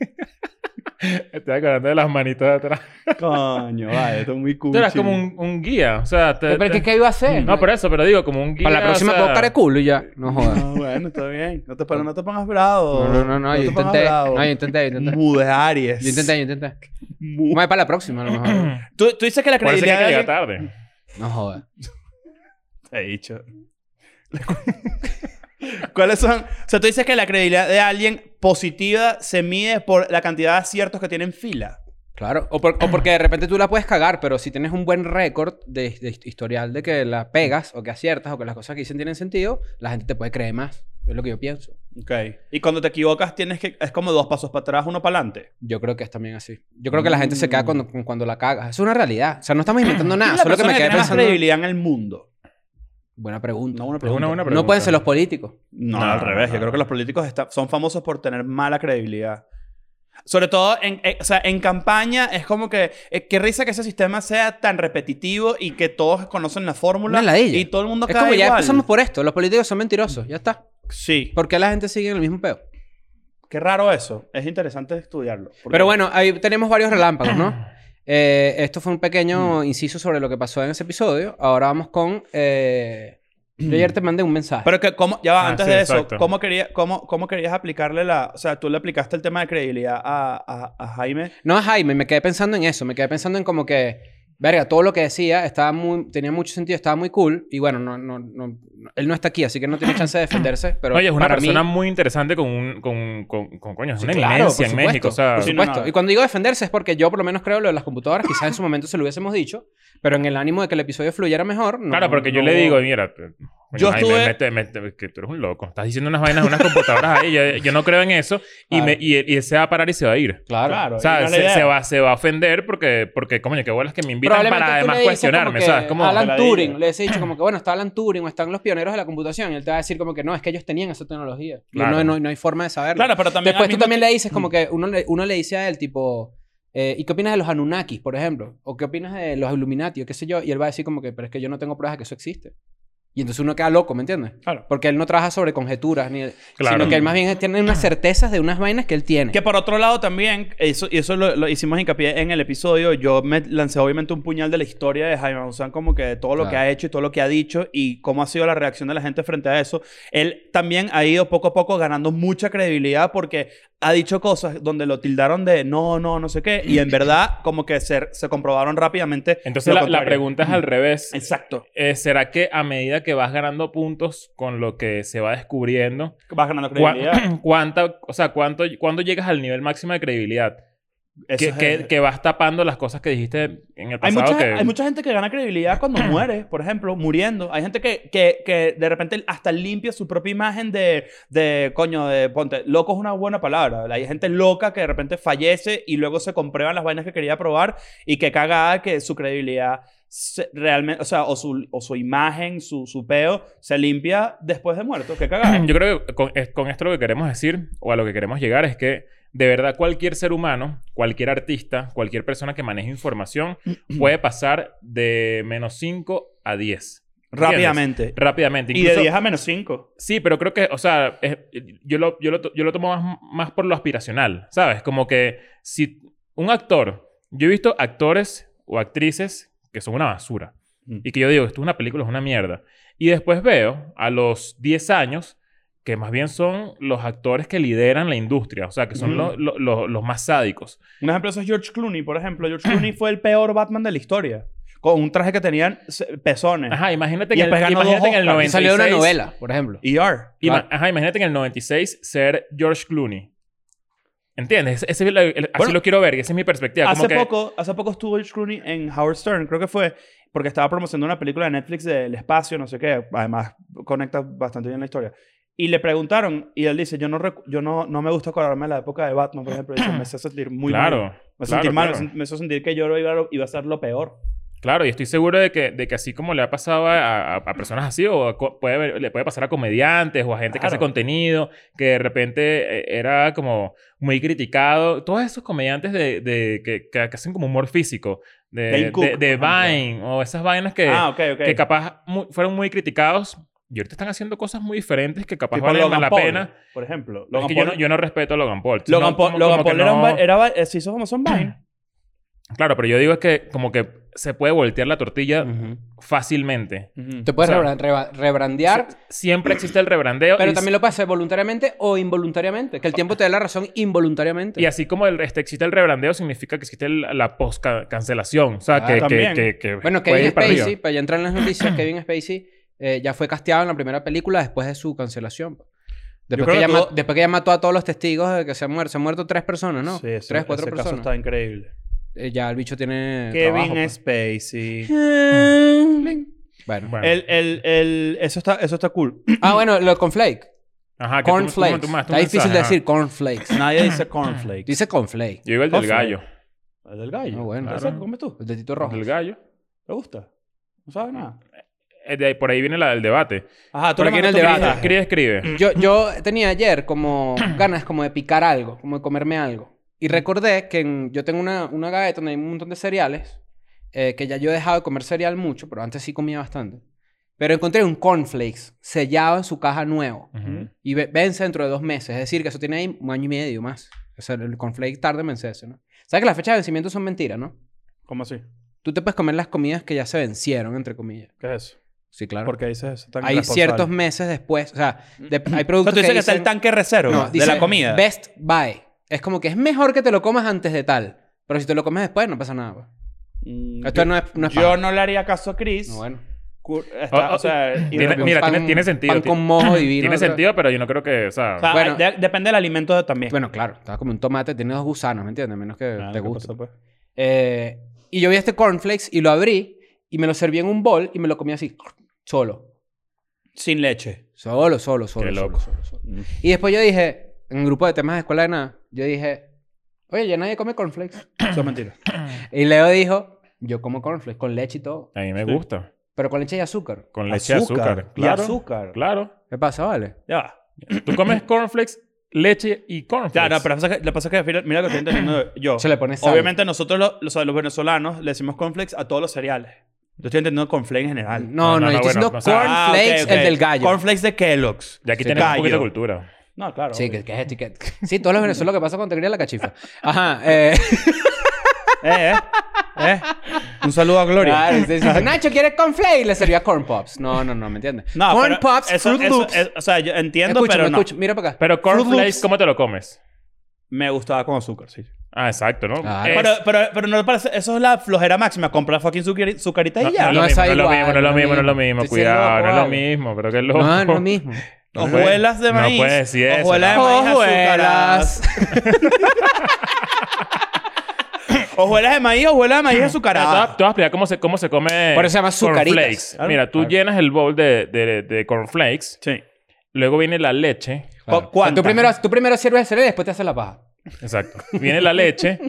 B: Estoy acordando de las manitas de atrás.
C: Coño, vale, esto es muy cool.
B: Tú eras como un, un guía. O sea... te-
D: Pero,
B: te-
D: ¿qué, ¿qué iba a hacer?
B: No, por eso. Pero digo, como un guía...
D: Para la próxima
B: o sea,
D: puedo buscar el culo y ya. No
C: [laughs]
D: jodas.
C: No, Ah, bueno, está bien. No te, pero no te pongas bravo.
D: No, no, no, no,
C: te
D: yo
C: pongas
D: intenté.
C: bravo.
D: No, yo intenté, yo intenté.
C: Mu de Aries.
D: Yo intenté, yo [laughs] intenté.
C: Mu.
D: Vamos a ir para la próxima, a lo mejor.
C: ¿Tú, tú dices que la
B: Por eso es que
C: credibilidad de
B: llega
C: alguien...
B: tarde.
D: No jodas.
C: Te he dicho. [laughs] ¿Cuáles son? O sea, tú dices que la credibilidad de alguien positiva se mide por la cantidad de aciertos que tiene en fila.
D: Claro. O, por- o porque de repente tú la puedes cagar, pero si tienes un buen récord de, de hist- historial de que la pegas o que aciertas o que las cosas que dicen tienen sentido, la gente te puede creer más. Es lo que yo pienso.
C: Ok. Y cuando te equivocas tienes que... Es como dos pasos para atrás, uno para adelante.
D: Yo creo que es también así. Yo creo que la gente se queda cuando, con- cuando la cagas. Es una realidad. O sea, no estamos
C: [clears throat]
D: inventando nada.
C: ¿Quién es Mm.
D: Solo
C: la
D: que me
C: persona
D: quedé
C: tiene más
D: pensando.
C: credibilidad en el mundo?
D: Buena pregunta.
C: No, una
B: Es una
C: pregunta.
B: buena
D: No
B: pregunta.
D: pueden ser los políticos.
C: No,
B: No,
C: al
B: no,
C: revés.
B: no,
C: Yo creo
B: no.
C: que los políticos está- son famosos por tener mala credibilidad. Sobre todo en, eh, o sea, en campaña es como que eh, qué risa que ese sistema sea tan repetitivo y que todos conocen la fórmula
D: Una ladilla.
C: y todo el mundo
D: Es
C: cae
D: como ya
C: igual.
D: empezamos por esto. Los políticos son mentirosos. Ya está.
C: Sí,
D: ¿Por qué la gente sigue en el mismo peo?
C: qué raro eso. Es interesante estudiarlo. porque-
D: Pero bueno, ahí tenemos varios relámpagos,
C: [clears throat]
D: ¿no?
C: Mm.
D: Eh, esto fue un pequeño inciso sobre lo que pasó en ese episodio. Ahora vamos con eh, Yo ayer te mandé un mensaje.
C: Pero que, ¿cómo? Ya va,
B: Ah,
C: antes
B: sí,
C: de eso,
B: exacto.
C: ¿cómo, quería, cómo, ¿cómo querías aplicarle la... O sea, tú le aplicaste el tema de credibilidad a, a, a Jaime.
D: No a Jaime, me quedé pensando en eso. Me quedé pensando en como que, verga, todo lo que decía estaba muy, tenía mucho sentido, estaba muy cool. Y bueno, no, no, no, él no está aquí, así que no tiene chance de
B: [clears throat]
D: defenderse. Pero
B: Oye, es una
D: para mí-
B: persona muy interesante con un... Con, con, con- coño, es
D: Sí,
B: una
D: claro,
B: eminencia
D: por
B: en México. O
D: supuesto.
B: sea,
D: Por
C: Sí, no,
D: supuesto.
C: no.
D: Y cuando digo defenderse es porque yo por lo menos creo lo de las computadoras. Quizás en su momento se lo hubiésemos dicho. Pero en el ánimo de que el episodio fluyera mejor. no-
B: claro, porque yo
D: no
B: le
D: hubo-
B: digo, mira... te- coño,
C: Yo
B: Jaime,
C: estuve-
B: mete- mete- que tú eres un loco. Estás diciendo unas vainas de unas computadoras ahí. Yo, yo no creo en eso. Y,
D: Claro.
B: me, y, y él se va a parar y se va a ir.
D: Claro.
C: Claro.
B: O sea,
C: no es la
B: se,
C: idea.
B: se va, se va a ofender porque, porque coño, qué bolas que me invitan
D: Probablemente
B: para
D: tú le
B: además
D: dices
B: cuestionarme,
D: como que
B: ¿sabes? Como,
D: Alan
C: Peladilla.
D: Turing, le he dicho como que, bueno, está Alan Turing o están los pioneros de la computación. Y él te va a decir como que no, es que ellos tenían esa tecnología. Y
B: Claro.
D: no, no, no hay forma de saberlo.
C: Claro, pero también...
D: Después
C: al
D: tú
C: mismo
D: también le dices como que uno le, uno le dice a él tipo, eh, ¿y qué opinas de los Anunnakis, por ejemplo? ¿O qué opinas de los Illuminati o qué sé yo? Y él va a decir como que, pero es que yo no tengo pruebas de que eso existe. Y entonces uno queda loco, ¿me entiendes?
C: Claro.
D: Porque él no trabaja sobre conjeturas, ni,
B: Claro.
D: sino que él más bien tiene unas certezas de unas vainas que él tiene.
C: Que por otro lado también, eso, y eso lo, lo hicimos hincapié en el episodio, yo me lancé obviamente un puñal de la historia de Jaime Maussan, como que de todo lo
D: Claro.
C: que ha hecho y todo lo que ha dicho y cómo ha sido la reacción de la gente frente a eso. Él también ha ido poco a poco ganando mucha credibilidad porque ha dicho cosas donde lo tildaron de no, no, no sé qué, y en verdad como que se, se comprobaron rápidamente.
B: entonces la,
C: lo
B: la
C: contrario. Mm.
B: pregunta es al revés.
C: Exacto,
B: Eh, ¿Será que a medida que vas ganando puntos con lo que se va descubriendo,
C: vas ganando
B: cua- [laughs]
C: credibilidad.
B: [clears throat] cuánta, o sea, cuánto, cuándo llegas al nivel máximo de credibilidad?
C: Eso
B: Que,
C: es-
B: que- que vas tapando las cosas que dijiste en el
C: Hay
B: pasado.
C: mucha,
B: que...
C: hay mucha gente que gana credibilidad cuando
B: [clears throat]
C: muere, por ejemplo, muriendo. Hay gente que, que, que de repente hasta limpia su propia imagen de, de, coño, de ponte. Loco es una buena palabra. Hay gente loca que de repente fallece y luego se comprueban las vainas que quería probar y que cagada que su credibilidad se- realmente, o sea, o su, o su imagen, su, su peo, se limpia después de muerto. Qué cagada.
B: [clears throat] Yo creo que con, es- con esto lo que queremos decir o a lo que queremos llegar es que de verdad cualquier ser humano, cualquier artista, cualquier persona que maneje
C: [clears throat]
B: información puede pasar de menos 5 a 10. ¿Entiendes?
C: Rápidamente.
B: Rápidamente.
C: Y de
B: Incluso-
C: 10 a menos 5.
B: Sí, pero creo que, o sea, es- yo, lo, yo, lo, to- yo lo tomo más, más por lo aspiracional, ¿sabes? Como que si un actor, yo he visto actores o actrices que son una basura
C: Mm.
B: y que yo digo, esto es una película, es una mierda. Y después veo a los 10 años que más bien son los actores que lideran la industria, o sea, que son
C: Mm.
B: los- los- los- los más sádicos.
C: Un ejemplo de eso es George Clooney, por
B: [clears throat]
C: ejemplo. George Clooney fue el peor Batman de la historia. Con un traje que tenían se- pezones.
B: Ajá, imagínate
C: Y
B: que, en-
C: después ganó dos
B: imagínate que en el
C: Oscars.
B: 96...
D: Y salió de una novela, por ejemplo.
C: ER.
B: Ima-
D: Claro.
B: Ajá, imagínate que en el 96 ser George Clooney. ¿Entiendes? Ese- ese es la- el- así
C: Bueno,
B: lo quiero ver, y esa es mi perspectiva. Como
C: Hace,
B: que-
C: poco, hace poco estuvo George Clooney en Howard Stern, creo que fue, porque estaba promocionando una película de Netflix del espacio, no sé qué. Además, conecta bastante bien la historia. Y le preguntaron, y él dice, yo no, recu- yo no, no me gusta acordarme de la época de Batman, por ejemplo. Dice, me hace sentir muy
B: claro,
C: mal. Me hace
B: claro,
C: sentir mal,
B: claro.
C: me hace- me hace sentir que yo iba a, iba a ser lo peor.
B: Claro, y estoy seguro de que, de que así como le ha pasado a, a- a personas así, o a co- puede, haber- le puede pasar a comediantes o a gente que hace
C: Claro.
B: contenido, que de repente eh, era como muy criticado. Todos esos comediantes de, de- que, que hacen como humor físico, de,
C: Dane Cook,
B: de, de
C: por ejemplo.
B: Vine, o esas vainas que,
C: ah, ok, ok.
B: Eh, que capaz mu- fueron muy criticados y ahorita están haciendo cosas muy diferentes que capaz
C: Tipo
B: valen
C: Logan
B: la
C: Paul,
B: pena.
C: por ejemplo.
B: Es
C: Logan
B: que yo, no,
C: Paul-
B: yo no respeto a Logan Paul.
C: Logan
B: No,
C: Paul,
B: como-
C: Logan
B: como que
C: Paul era, un
B: no-
C: ba- era ba- eh, se hizo
B: [clears throat]
C: famoso en Vine.
B: Claro, pero yo digo es que como que se puede voltear la tortilla
D: Ujú.
B: fácilmente.
D: Te puedes
B: O sea,
D: rebra- reba- rebrandear,
B: Sie- Siempre existe el rebrandeo.
D: pero
B: y, Ah.
D: también lo puedes hacer voluntariamente o involuntariamente. Que el tiempo te dé la razón involuntariamente.
B: y así como el, este, existe el rebrandeo, significa que existe el- la post-cancelación. O sea,
D: Ah,
B: que, que,
C: también.
B: que, que
D: Bueno,
B: puede
D: Kevin
B: ir para arriba.
D: Spacey, para ya entrar en las noticias, Kevin Spacey eh, ya fue casteado en la primera película después de su cancelación. Después
C: creo
D: que,
C: que
D: ya ma-
C: todo-
D: después que ya mató a todos los testigos de que se han muerto. Se han muerto tres personas, ¿no?
C: Sí, ese-
D: tres, cuatro
C: ese
D: personas.
C: caso está increíble.
D: Eh, ya el bicho tiene
C: Kevin
D: trabajo, pues.
C: Spacey.
D: Bueno.
B: Bueno.
C: El, el, el, eso, está, eso
D: [clears throat]
C: está cool.
D: Ah, bueno, lo cornflake.
B: Ajá, Ah, que tú- tú- tú-
D: Cornflakes.
B: tú más,
D: Está
B: tú más
D: difícil de
B: mensaje,
D: decir cornflakes.
C: Nadie dice cornflake.
D: Dice cornflake.
B: Yo digo el del
C: Cornflake.
B: gallo.
C: El del gallo.
D: Ah, bueno.
C: ¿Eso
B: Claro.
C: comes tú?
D: El de Tito
B: El
D: Rojo.
B: del gallo.
C: ¿Te gusta? No sabes nada.
B: Eh, de ahí- por ahí viene la del debate.
C: Ajá,
D: Por
C: le
D: aquí en
C: mandas
D: el
C: tu
D: debate.
C: mensaje.
B: Escribe, escribe.
D: Yo, yo tenía ayer como ganas como de picar algo, como de comerme algo. Y recordé que en- yo tengo una, una gaveta donde hay un montón de cereales, eh, que ya yo he dejado de comer cereal mucho, pero antes sí comía bastante. Pero encontré un cornflakes sellado en su caja nuevo.
B: Ujú.
D: Y ve- vence dentro de dos meses. Es decir, que eso tiene ahí un año y medio más. O sea, el cornflakes tarda en vencerse, ¿no? ¿Sabes que las fechas de vencimiento son mentiras, no?
C: ¿Cómo así?
D: Tú te puedes comer las comidas que ya se vencieron, entre comillas.
C: ¿Qué es eso?
D: Sí, claro.
C: Porque dices eso tan
D: hay ciertos meses después. O sea, de- hay
C: O sea,
D: productos
C: tú dices que, está
D: dicen-
C: el tanque reserva
D: no,
C: de
D: dice
C: la comida.
D: Best buy. Es como que es mejor que te lo comas antes de tal. Pero si te lo comes después, no pasa nada. pues.
C: Mm,
D: Esto
C: yo-
D: no es- no es
C: Yo
D: paja.
C: no le haría caso a Chris.
D: No, bueno.
C: Cu- está-
B: Oh, oh,
C: o sea, y-
B: Tiene-
D: Un
B: mira, tiene- tiene sentido,
D: Pan
B: ti-
D: con
B: [clears throat]
D: mojo divino.
B: Tiene
D: otra-
B: sentido, pero yo no creo que, o sea,
C: o sea,
D: bueno.
C: de- depende del alimento de- también.
D: Bueno, claro. Está como un tomate. Tiene dos gusanos, ¿me entiendes? Menos que
C: Ah,
D: te
C: ¿qué
D: guste.
C: pasó, pues?
D: Eh, y yo vi este cornflakes y lo abrí. Y me lo serví en un bol y me lo comí así. Solo.
C: Sin leche.
D: Solo, solo, solo.
B: Qué
D: solo,
B: loco.
D: solo, solo.
C: Mm.
D: Y después yo dije, en un grupo de temas de escuela de nada, yo dije, oye, ya nadie come cornflakes.
C: Eso es mentira.
D: Y Leo dijo, yo como cornflakes con leche y todo,
B: a mí me gusta.
D: pero [clears throat] con leche y azúcar.
B: Con leche y azúcar.
C: Y
B: Claro,
C: azúcar.
B: Claro.
D: ¿Qué pasa, vale?
C: Ya va.
D: [clears throat]
B: Tú comes cornflakes, leche y cornflakes.
C: Claro, pero pasa que- lo que pasa es que al final- mira lo que estoy
D: [clears throat]
C: entendiendo yo.
D: Pues. Se le pone sal.
C: Obviamente nosotros los, los, los venezolanos le decimos cornflakes a todos los cereales. Yo estoy entendiendo cornflakes en general.
D: Mm, No, no,
B: No,
D: yo
B: no,
D: estoy
B: no,
D: diciendo
B: bueno, o sea-
C: Ah, ok,
D: cornflakes,
C: ok.
D: el del gallo.
C: Cornflakes de Kellogg's.
B: Y aquí
D: Sí.
B: tenemos un poquito de
C: Gallo.
B: cultura.
C: No, claro.
D: Sí,
C: obvio.
D: que, que es etiqueta. Sí, todos los venezolanos lo que pasa cuando te crían la cachifa. Ajá.
B: [laughs]
D: Eh,
C: Eh, eh, eh. Un saludo a Gloria.
D: claro, sí, sí, sí. Nacho quiere cornflakes y le servía corn pops. No, no, no, ¿me entiendes?
C: No,
D: corn
C: pero
D: pops,
C: eso-
D: Fruit
C: eso-
D: Loops.
C: es- o sea, yo entiendo,
D: Escúchame,
C: pero no.
D: escúchame, mira para acá.
B: Pero cornflakes, ¿cómo te lo comes?
C: Me gustaba con azúcar, sí.
B: Ah, exacto, ¿no?
D: Claro.
B: Es-
C: Pero, pero, pero no le parece... Eso es la flojera máxima. Comprar fucking su, su carita y
B: no, no
C: ya.
D: No,
B: es lo
D: está
B: mismo, no es lo
D: igual,
B: mismo, no es lo mismo, no es lo mismo.
D: Estoy siendo
B: Cuidado, no es lo
D: vale.
B: mismo, pero qué loco.
D: No,
B: [laughs]
D: no es lo mismo.
B: No puede-
C: Hojuelas de maíz.
B: No puedes decir eso.
C: Hojuelas
B: ¿no?
C: de maíz
D: Hojuelas.
B: [laughs]
C: azucaradas. Hojuelas de maíz, hojuelas de maíz
B: Mira, te vas-
C: azucaradas.
B: te vas a explicar cómo se, cómo se come.
D: Por eso se llama azucaritas.
B: cornflakes.
C: Claro.
B: Mira, tú
C: Claro.
B: llenas el bowl de, de, de cornflakes,
C: Sí.
B: luego viene la leche.
D: Claro.
C: ¿Cu- cuántas?
D: Tú primero, tú primero sirves el cereal y después te haces la paja.
B: Exacto. Viene la leche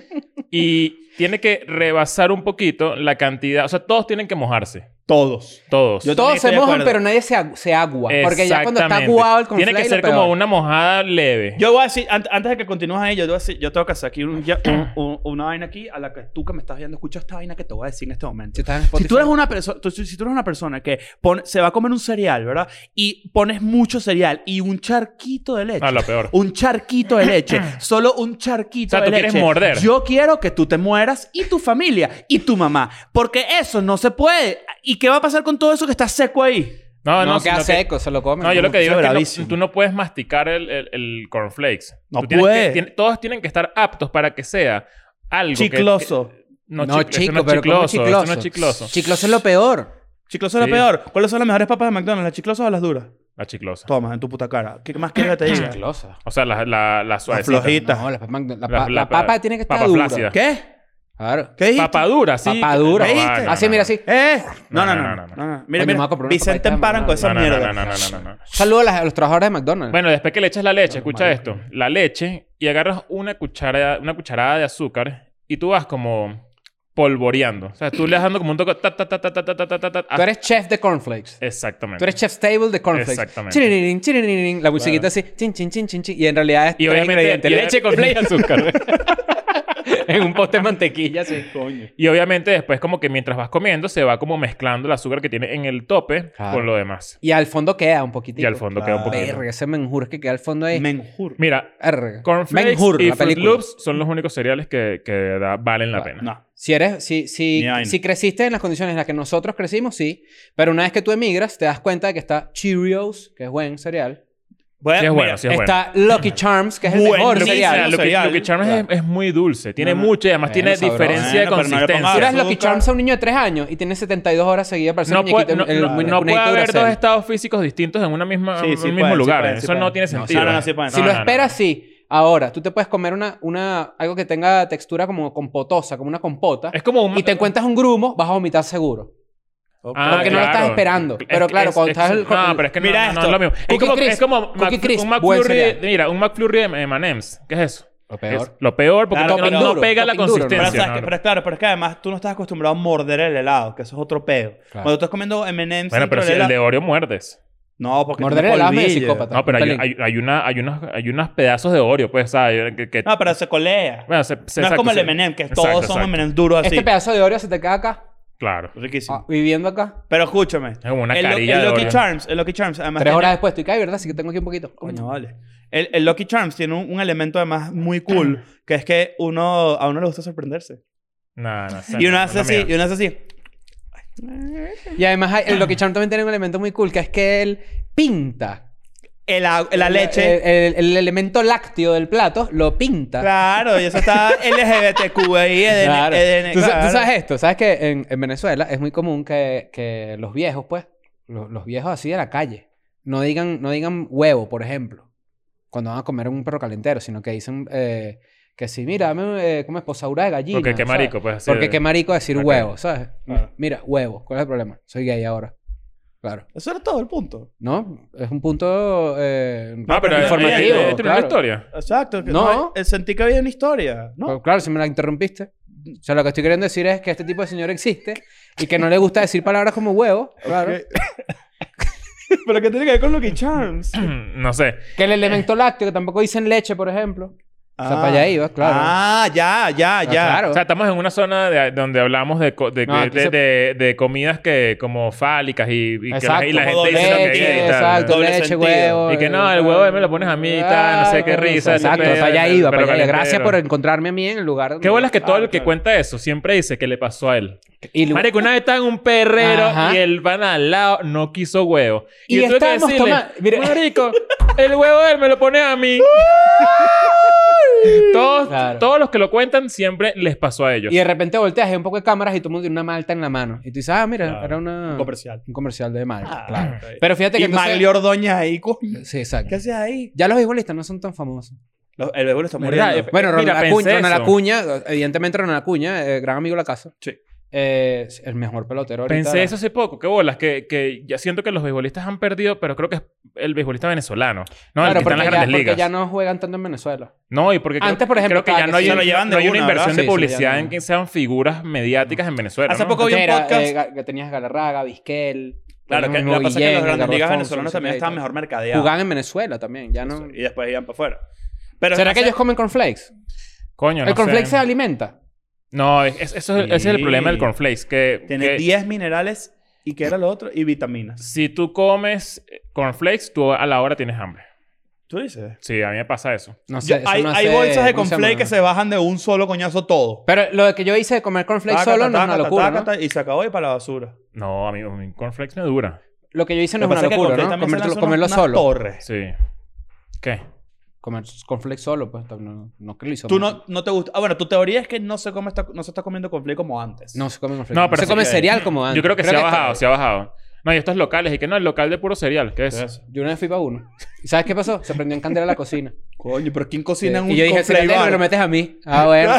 B: y tiene que rebasar un poquito la cantidad. O sea, todos tienen que mojarse.
C: Todos.
B: Todos.
C: Yo también
D: Todos
C: estoy
D: se
C: de
D: mojan,
C: acuerdo.
D: pero nadie se, agu- se agua. Porque ya cuando está
B: Exactamente.
D: aguado el conflicto.
B: Tiene que ser como una mojada leve.
C: Yo voy a decir, an- antes de que continúes ahí, yo, te voy a decir, yo tengo que hacer aquí un- ya- un- un- una vaina aquí a la que tú que me estás viendo, escucha esta vaina que te voy a decir en este momento.
D: Si estás en
C: Si
D: Spotify.
C: tú, eres una persona, tú- si tú eres una persona que pone- se va a comer un cereal, ¿verdad? Y pones mucho cereal y un charquito de leche.
B: Ah, lo peor.
C: Un charquito
B: [clears throat]
C: de leche. Solo un charquito
B: O sea,
C: de
B: tú
C: leche.
B: quieres morder.
C: Yo quiero que tú te mueras y tu familia y tu mamá. Porque eso no se puede. ¿Y qué va a pasar con todo eso que está seco ahí?
B: No,
D: No,
B: no,
D: que
B: sino
D: hace eco, se lo comen.
B: No, yo lo que digo
C: Eso es
B: es que
C: bravísimo.
B: no- tú no puedes masticar el, el, el cornflakes.
C: No
B: Tú tienes que-
C: puede.
B: tien- todos tienen que estar aptos para que sea algo que-
C: Chicloso.
B: que- no,
D: No,
B: chic- eso
D: chico,
B: no es
D: pero ¿cómo
B: chicloso, eso no es chicloso.
D: Chicloso es lo peor.
C: Chicloso es
B: Sí.
C: lo peor. ¿Cuáles son las mejores papas de McDonald's? ¿Las chiclosas o las duras?
B: La chiclosa.
C: Toma, en tu puta cara. ¿Qué más quieres que te diga?
D: Chicloso.
B: O sea, la, la, la
C: Las
B: suavecita.
C: flojitas.
D: No, la, papa- la
B: La-
D: pa-
B: la
D: la papa tiene que estar
B: papa
D: dura.
B: flácida.
C: ¿Qué?
D: Claro.
C: ¿Qué dijiste?
B: Papadura, sí.
D: Papadura.
B: No,
C: ¿Viste?
B: no, no,
D: así,
B: no,
D: mira,
B: no.
D: así.
C: ¿Eh? No, no,
B: No,
C: no.
B: no, no, no.
C: no,
D: Coño,
C: no. Mira,
D: me
C: mira.
D: voy a comprar una
C: Vicente
D: papadita de
C: Emparan con
D: mamá.
C: esa
B: No, no,
C: mierda.
B: no, no, no, no, no, no.
D: Saludos a, las- a los trabajadores de McDonald's.
B: Bueno, después que le echas la leche, escucha esto. La leche y agarras una cucharada, una cucharada de azúcar y tú vas como polvoreando. O sea, tú le vas dando como un toque... ta, ta, ta, ta, ta, ta, ta, ta, ta, ta,
D: tú eres chef de cornflakes.
B: ah. Exactamente.
D: Tú eres chef stable de cornflakes.
B: Exactamente.
D: Chiriririn, chiriririn, la musiquita así. Chin, chin, chin, chin, chin. Y en realidad es
B: Y
D: tres
B: obviamente-
D: ingredientes.
B: y-
D: Leche, cornflakes y azúcar. en un pote de mantequilla así. Coño.
B: [laughs] Y obviamente después como que mientras vas comiendo se va como mezclando el azúcar que tiene en el tope
D: Claro.
B: con lo demás.
D: Y al fondo queda un poquitito.
B: Y al fondo queda un poquito.
D: Verga, ese menjur que queda al fondo ahí.
C: Menjur.
B: Mira,
D: Verga.
B: cornflakes
D: Menjur,
B: y
D: la
B: Fruit
D: película. Ah,
B: Loops son los únicos cereales que, que de verdad valen la
D: Claro.
B: pena.
C: No.
D: Si eres, si, si,
C: Ni vaina.
D: si creciste en las condiciones en las que nosotros crecimos, sí. Pero una vez que tú emigras, te das cuenta de que está Cheerios, que es buen cereal.
C: Bueno,
B: Sí es bueno,
C: mira,
B: sí es bueno.
D: está Lucky Charms, que es el mejor
B: Lucky-
C: Buenísimo.
D: cereal.
B: o sea, Lucky,
C: cereal.
B: Lucky Charms es, es muy dulce. Tiene
C: No, no.
B: mucho y además
D: Bueno,
B: tiene
D: sabroso.
B: diferencia de
C: Bueno, pero no le
B: consistencia.
C: pongas
D: Tú eres
C: azúcar.
D: Lucky Charms a un niño de 3 años y tiene 72 horas seguidas para ser
B: No,
D: un
B: puede,
D: muñequito-
B: no-
D: el
B: no-
D: muñe-
B: no puede
D: muñequito
B: haber dos
D: Duracell.
B: estados físicos distintos en una misma,
C: Sí, sí
B: un
C: pueden,
B: mismo
C: sí
B: lugar.
C: pueden, sí
B: Eso no
C: pueden.
B: tiene
C: No,
B: sentido.
C: no, no, sí pueden.
D: Si
B: No,
D: lo
B: no, no.
D: esperas, sí. Ahora, tú te puedes comer una, una, algo que tenga textura como compotosa, como una compota.
B: Es como un...
D: y te encuentras un grumo, vas a vomitar seguro.
B: Ah,
D: porque no lo estás esperando. Pero claro, cuando estás el-
B: No, pero es que no-
C: Mira
B: no, no,
C: esto.
B: es lo mismo. Es
D: Cookie
B: como,
D: Crisp.
B: es como
D: Cookie
B: Mc-
D: Crisp,
B: un
D: buen
B: McFlurry...
D: cereal.
B: mira, un McFlurry de M&M's. ¿Qué es eso?
D: Lo peor.
B: Es lo peor porque
C: Claro,
B: no-
C: pero-
B: no, pega la
D: topping duro, ¿no?
C: Pero,
B: consistencia.
C: sabes
B: no,
C: que-
B: no.
C: pero claro, pero es que además tú no estás acostumbrado a morder el helado, que eso es otro pedo. Cuando estás comiendo M&M's
B: Bueno,
C: dentro
B: pero
C: del
B: si el
C: helado-
B: de Oreo muerdes.
C: No, porque
D: Morder
C: tiene
D: el helado es medio
C: polvillo.
D: psicópata.
B: No, pero
D: Un
B: hay,
D: pelín.
B: hay, hay, una, hay, unos, hay unos pedazos de Oreo, pues, ¿sabes? Que, que-
C: No, pero se colea.
B: bueno, se- se-
C: no es
B: exacto,
C: como el
B: se-
C: M&M, que
B: exacto,
C: todos son
B: exacto.
C: M&M duros así.
D: Este pedazo de Oreo se te queda acá,
B: Claro.
C: Riquísimo.
D: ah, viviendo acá.
C: Pero escúchame.
B: Es como una
C: el, lo-
B: carilla
C: el
B: de
C: Lucky
B: Oreo.
C: Charms, el Lucky Charms, además.
D: Tres
C: tiene-
D: horas después, estoy cae, ¿verdad? Así que tengo aquí un poquito.
C: Coño, vale. El, el Lucky Charms tiene un, un elemento además
B: [clears throat]
C: muy cool, que es que uno, a uno le gusta sorprenderse.
B: No, no,
C: Y uno hace así, y uno hace así. Ay,
D: Y además hay- el Lucky Charm también tiene un elemento muy cool, que es que él pinta.
C: El agua-
D: Eh,
C: la leche.
D: El, el- el elemento lácteo del plato lo pinta.
C: Claro, y
D: [laughs]
C: eso está LGBTQI, EDN.
D: ah. Claro.
C: EDN,
D: ¿Tú, sa-
C: claro.
D: tú sabes esto, sabes que en, en Venezuela es muy común que, que los viejos, pues, lo- los, viejos así de la calle, no digan, no digan huevo, por ejemplo, cuando van a comer un perro calentero, sino que dicen eh, que sí, mira, dame, eh, como es posaura de gallina.
B: Porque qué
D: ¿sabes?
B: marico, pues así.
D: Porque
B: de-
D: qué marico decir
B: Ok.
D: huevo, ¿sabes?
C: Claro.
D: Mira, huevo, ¿cuál es el problema? Soy gay ahora. Claro.
C: Eso era todo el punto.
D: ¿No? Es un punto eh,
B: No,
D: informativo.
B: pero informativo. Eh, eh, terminó la
D: claro.
B: historia. [clears throat]
C: Exacto. que-
D: No.
C: eh, sentí que había una historia. No.
D: Pues claro, si me la interrumpiste. O sea, lo que estoy queriendo decir es que este tipo de señor existe y que no le gusta decir palabras como
B: [laughs]
D: huevo, claro.
C: Ok. [laughs] ¿Pero qué tiene que ver con Lucky Charms?
B: no sé.
D: Que el elemento lácteo, que tampoco dicen leche, por ejemplo. O sea, para allá iba, claro.
C: Ah, ya, ya,
D: Ah,
C: ya.
D: claro.
B: O sea, estamos en una zona de- donde hablamos de, co- de,
D: No,
B: de-
D: aquí
B: de-
D: se-
B: de- de comidas que como fálicas y, y que la, y la
C: como
B: gente dice lo que
D: leche,
B: quiere y tal.
D: exacto,
C: Doble
D: leche,
C: sentido.
D: huevo.
B: Y que no,
D: eh,
B: el huevo ahí me lo pones a mí y tal, no sé qué
D: claro,
B: risa. ese
D: Exacto,
B: pedo,
D: para allá
B: el
D: iba, para
B: perro
D: allá. Gracias
B: calentero.
D: por encontrarme a mí en el lugar donde...
B: Qué bolas que todo
C: Claro,
B: el que
C: claro.
B: cuenta eso siempre dice que le pasó a él.
D: Y, lu-
B: Marico, una vez estaba en un perrero
D: Ajá.
B: y el van al lado no quiso huevo.
D: Y
B: yo tuve que
D: estábamos
B: decirle,
D: toma- mira.
B: Marico, el huevo de él me lo pone
D: [laughs]
B: a mí. todos,
D: Claro.
B: todos los que lo cuentan siempre les pasó a
D: [laughs]
B: ellos.
D: y de repente volteas y hay un poco de cámaras y todo el mundo tiene una malta en la mano. Y tú dices, ah, mira,
C: Claro.
D: era una...
C: Un comercial.
D: un comercial de malta,
C: Ah,
D: claro.
C: ok.
D: Pero fíjate que
C: Y Magli Ordoña ahí, coño.
D: Sí, exacto.
C: ¿Qué haces ahí?
D: Ya los beisbolistas no son tan famosos.
C: Los- el béisbol está
B: ¿Verdad?
C: muriendo.
D: Bueno,
B: Eh, Mira,
D: Ronald
B: pensé
D: Acuña, Ronald
B: eso.
D: Acuña, evidentemente Ronald Acuña, eh, gran amigo de la casa.
C: Sí.
D: Eh, es el mejor pelotero ahorita.
B: Pensé eso hace poco, qué bolas, que, que ya siento que los beisbolistas han perdido, pero creo que es el beisbolista venezolano, ¿no?
D: Claro,
B: el que está
D: porque,
B: en las
D: ya,
B: grandes
D: porque
B: ligas.
D: ya no juegan tanto en Venezuela.
B: No, y porque creo-
D: Antes, por ejemplo,
B: creo que ya
D: cada
B: no
D: que
B: hay,
D: sí.
B: una-
D: Se lo
C: llevan de
B: no hay una
C: una,
D: ¿verdad?
B: inversión de
D: Sí, se lo
B: publicidad
D: llevan de
B: en
D: una.
B: que sean figuras mediáticas en Venezuela.
C: Hace
B: ¿no?
C: poco vi
D: Entonces
C: un
D: era,
C: podcast.
D: eh, Ga- que tenías Galarraga, Vizquel.
C: claro,
D: el
C: que
D: mismo
C: la pasa es que
D: Guillén,
C: las grandes
D: Edgar
C: ligas
D: Alfonso,
C: venezolanas
D: no sé
C: también
D: qué,
C: estaban
D: tal.
C: mejor mercadeadas.
D: Jugaban en Venezuela también, ya no.
C: Y después iban para afuera. Pero
D: ¿Será que
C: hace-
D: ellos comen cornflakes?
B: Coño,
D: ¿El
B: no
D: cornflakes se
B: sé.
D: alimenta?
B: No, es- es- eso es- ese es el
C: Sí.
B: problema del cornflakes, que...
C: Tiene
B: que
C: 10 minerales y qué era lo otro? Y vitaminas.
B: Si tú comes eh, cornflakes, tú a la hora tienes hambre.
C: ¿Tú dices?
B: Sí, a mí me pasa eso.
D: No sé.
C: Yo-
D: eso
C: hay,
D: no
C: hay
D: hace-
C: bolsas de
D: ¿cómo se
C: conflay
D: llama?
C: que se bajan de un solo coñazo todo.
D: Pero lo que yo hice de comer cornflakes
C: Taca,
D: solo no es
C: taca,
D: una
C: taca,
D: locura,
C: taca,
D: ¿no?
C: taca, Y se acabó y para la basura.
B: No, a mí, a mí cornflakes me dura.
D: Lo que yo hice no
C: Lo
D: es una
C: que pasa que
D: locura,
C: Cortés
D: ¿no?
C: también se
D: Comer-
C: lanzó
D: Comerlo
C: unas
D: solo.
C: torres.
B: Sí. ¿Qué?
D: Comer cornflakes solo, pues no, no que lo hizo
C: Tú
D: mal.
C: no, no te gusta. Ah, bueno, tu teoría es que no se, come esta- no se está comiendo conflay como antes.
D: No se come cornflakes.
B: No,
D: No,
B: pero
D: pero se
B: sí
D: come
C: que-
D: cereal como antes.
B: Yo creo que se ha
D: está-
B: bajado, se ha bajado. No, y estos locales, y que no, el local de puro cereal, ¿qué es?
C: Entonces,
D: Yo una vez fui para uno. ¿Y sabes qué pasó? Se prendió en candela la cocina.
C: Coño, pero ¿quién
D: Eh,
C: cocina en un
D: y yo dije,
C: conflay
D: cereal
C: bar?
D: me lo metes a mí. Ah, bueno.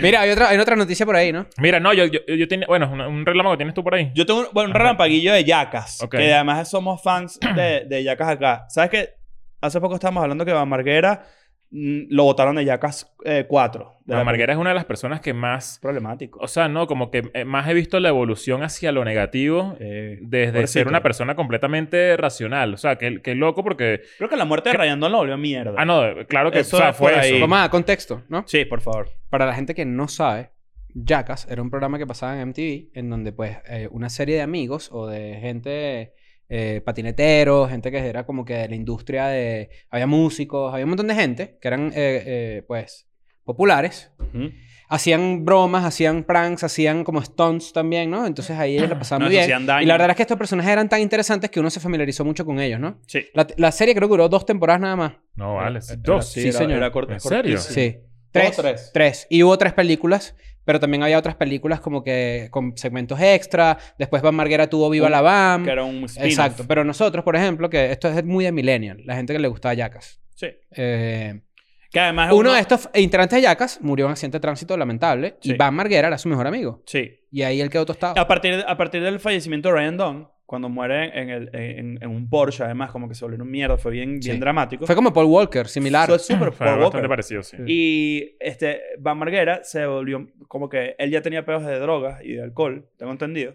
D: Mira, hay otra, hay otra noticia por ahí, ¿no?
B: Mira, no, yo, yo, yo tenía... Bueno, un, un relámpago tienes tú por ahí.
C: Yo tengo un, bueno, un relampaguillo de yacas.
B: Ok.
C: Que además somos fans de, de yacas acá. ¿Sabes qué? Hace poco estábamos hablando que Van Marguera mm, lo votaron de yacas 4. de
B: La Marguera es una de las personas que más...
C: Problemático.
B: O sea, no, como que eh, más he visto la evolución hacia lo negativo
C: Eh,
B: desde ser
C: pobrecito.
B: una persona completamente racional. O sea, que, que loco porque...
C: Creo que la muerte de Ryan Don lo volvió mierda.
B: Ah, no, claro que...
C: Eso
B: o sea,
C: es por
B: fue
C: ahí.
B: eso.
D: Vamos a dar contexto, ¿no?
C: Sí, por favor.
D: Para la gente que no sabe, Jackass era un programa que pasaba en MTV en donde pues eh, una serie de amigos o de gente eh, patineteros, gente que era como que de la industria de... Había músicos, había un montón de gente que eran eh, eh, pues populares.
C: Ujú.
D: Hacían bromas, hacían pranks, hacían como stunts también, ¿no? Entonces ahí ellos la pasaban
C: No,
D: muy
C: eso
D: bien.
C: hacían daño.
D: Y la verdad es que estos personajes eran tan interesantes que uno se familiarizó mucho con ellos, ¿no?
C: Sí.
D: La, la serie creo que duró dos temporadas nada más.
B: No, vale.
C: Era-
B: Dos.
D: sí, señor.
C: Era corta-
B: ¿En serio?
C: cortísimo.
D: Sí.
C: Tres.
D: Tres, tres. Y hubo tres películas, pero también había otras películas como que con segmentos extra. Después Van Marguera tuvo Viva
C: Un-
D: la Bam.
C: Que era un spin-off.
D: Exacto. Pero nosotros, por ejemplo, que esto es muy de Millennial, la gente que le gustaba Yacas.
C: Sí. Que además es
D: uno de estos integrantes de Yacas murió en un accidente de tránsito lamentable
C: Sí.
D: y Van Marguera era su mejor amigo.
C: Sí.
D: Y ahí él quedó tostado.
C: A partir, de- a partir del fallecimiento de Ryan Don, cuando muere en, el, en, en un Porsche, además, como que se volvieron mierda, fue bien, bien
D: Sí.
C: dramático.
D: Fue como Paul Walker, similar.
C: Fue súper
B: Fue
C: Paul
B: bastante
C: Walker.
B: parecido, sí.
C: Y este, Van Marguera se volvió como que él ya tenía pedos de drogas y de alcohol, tengo entendido.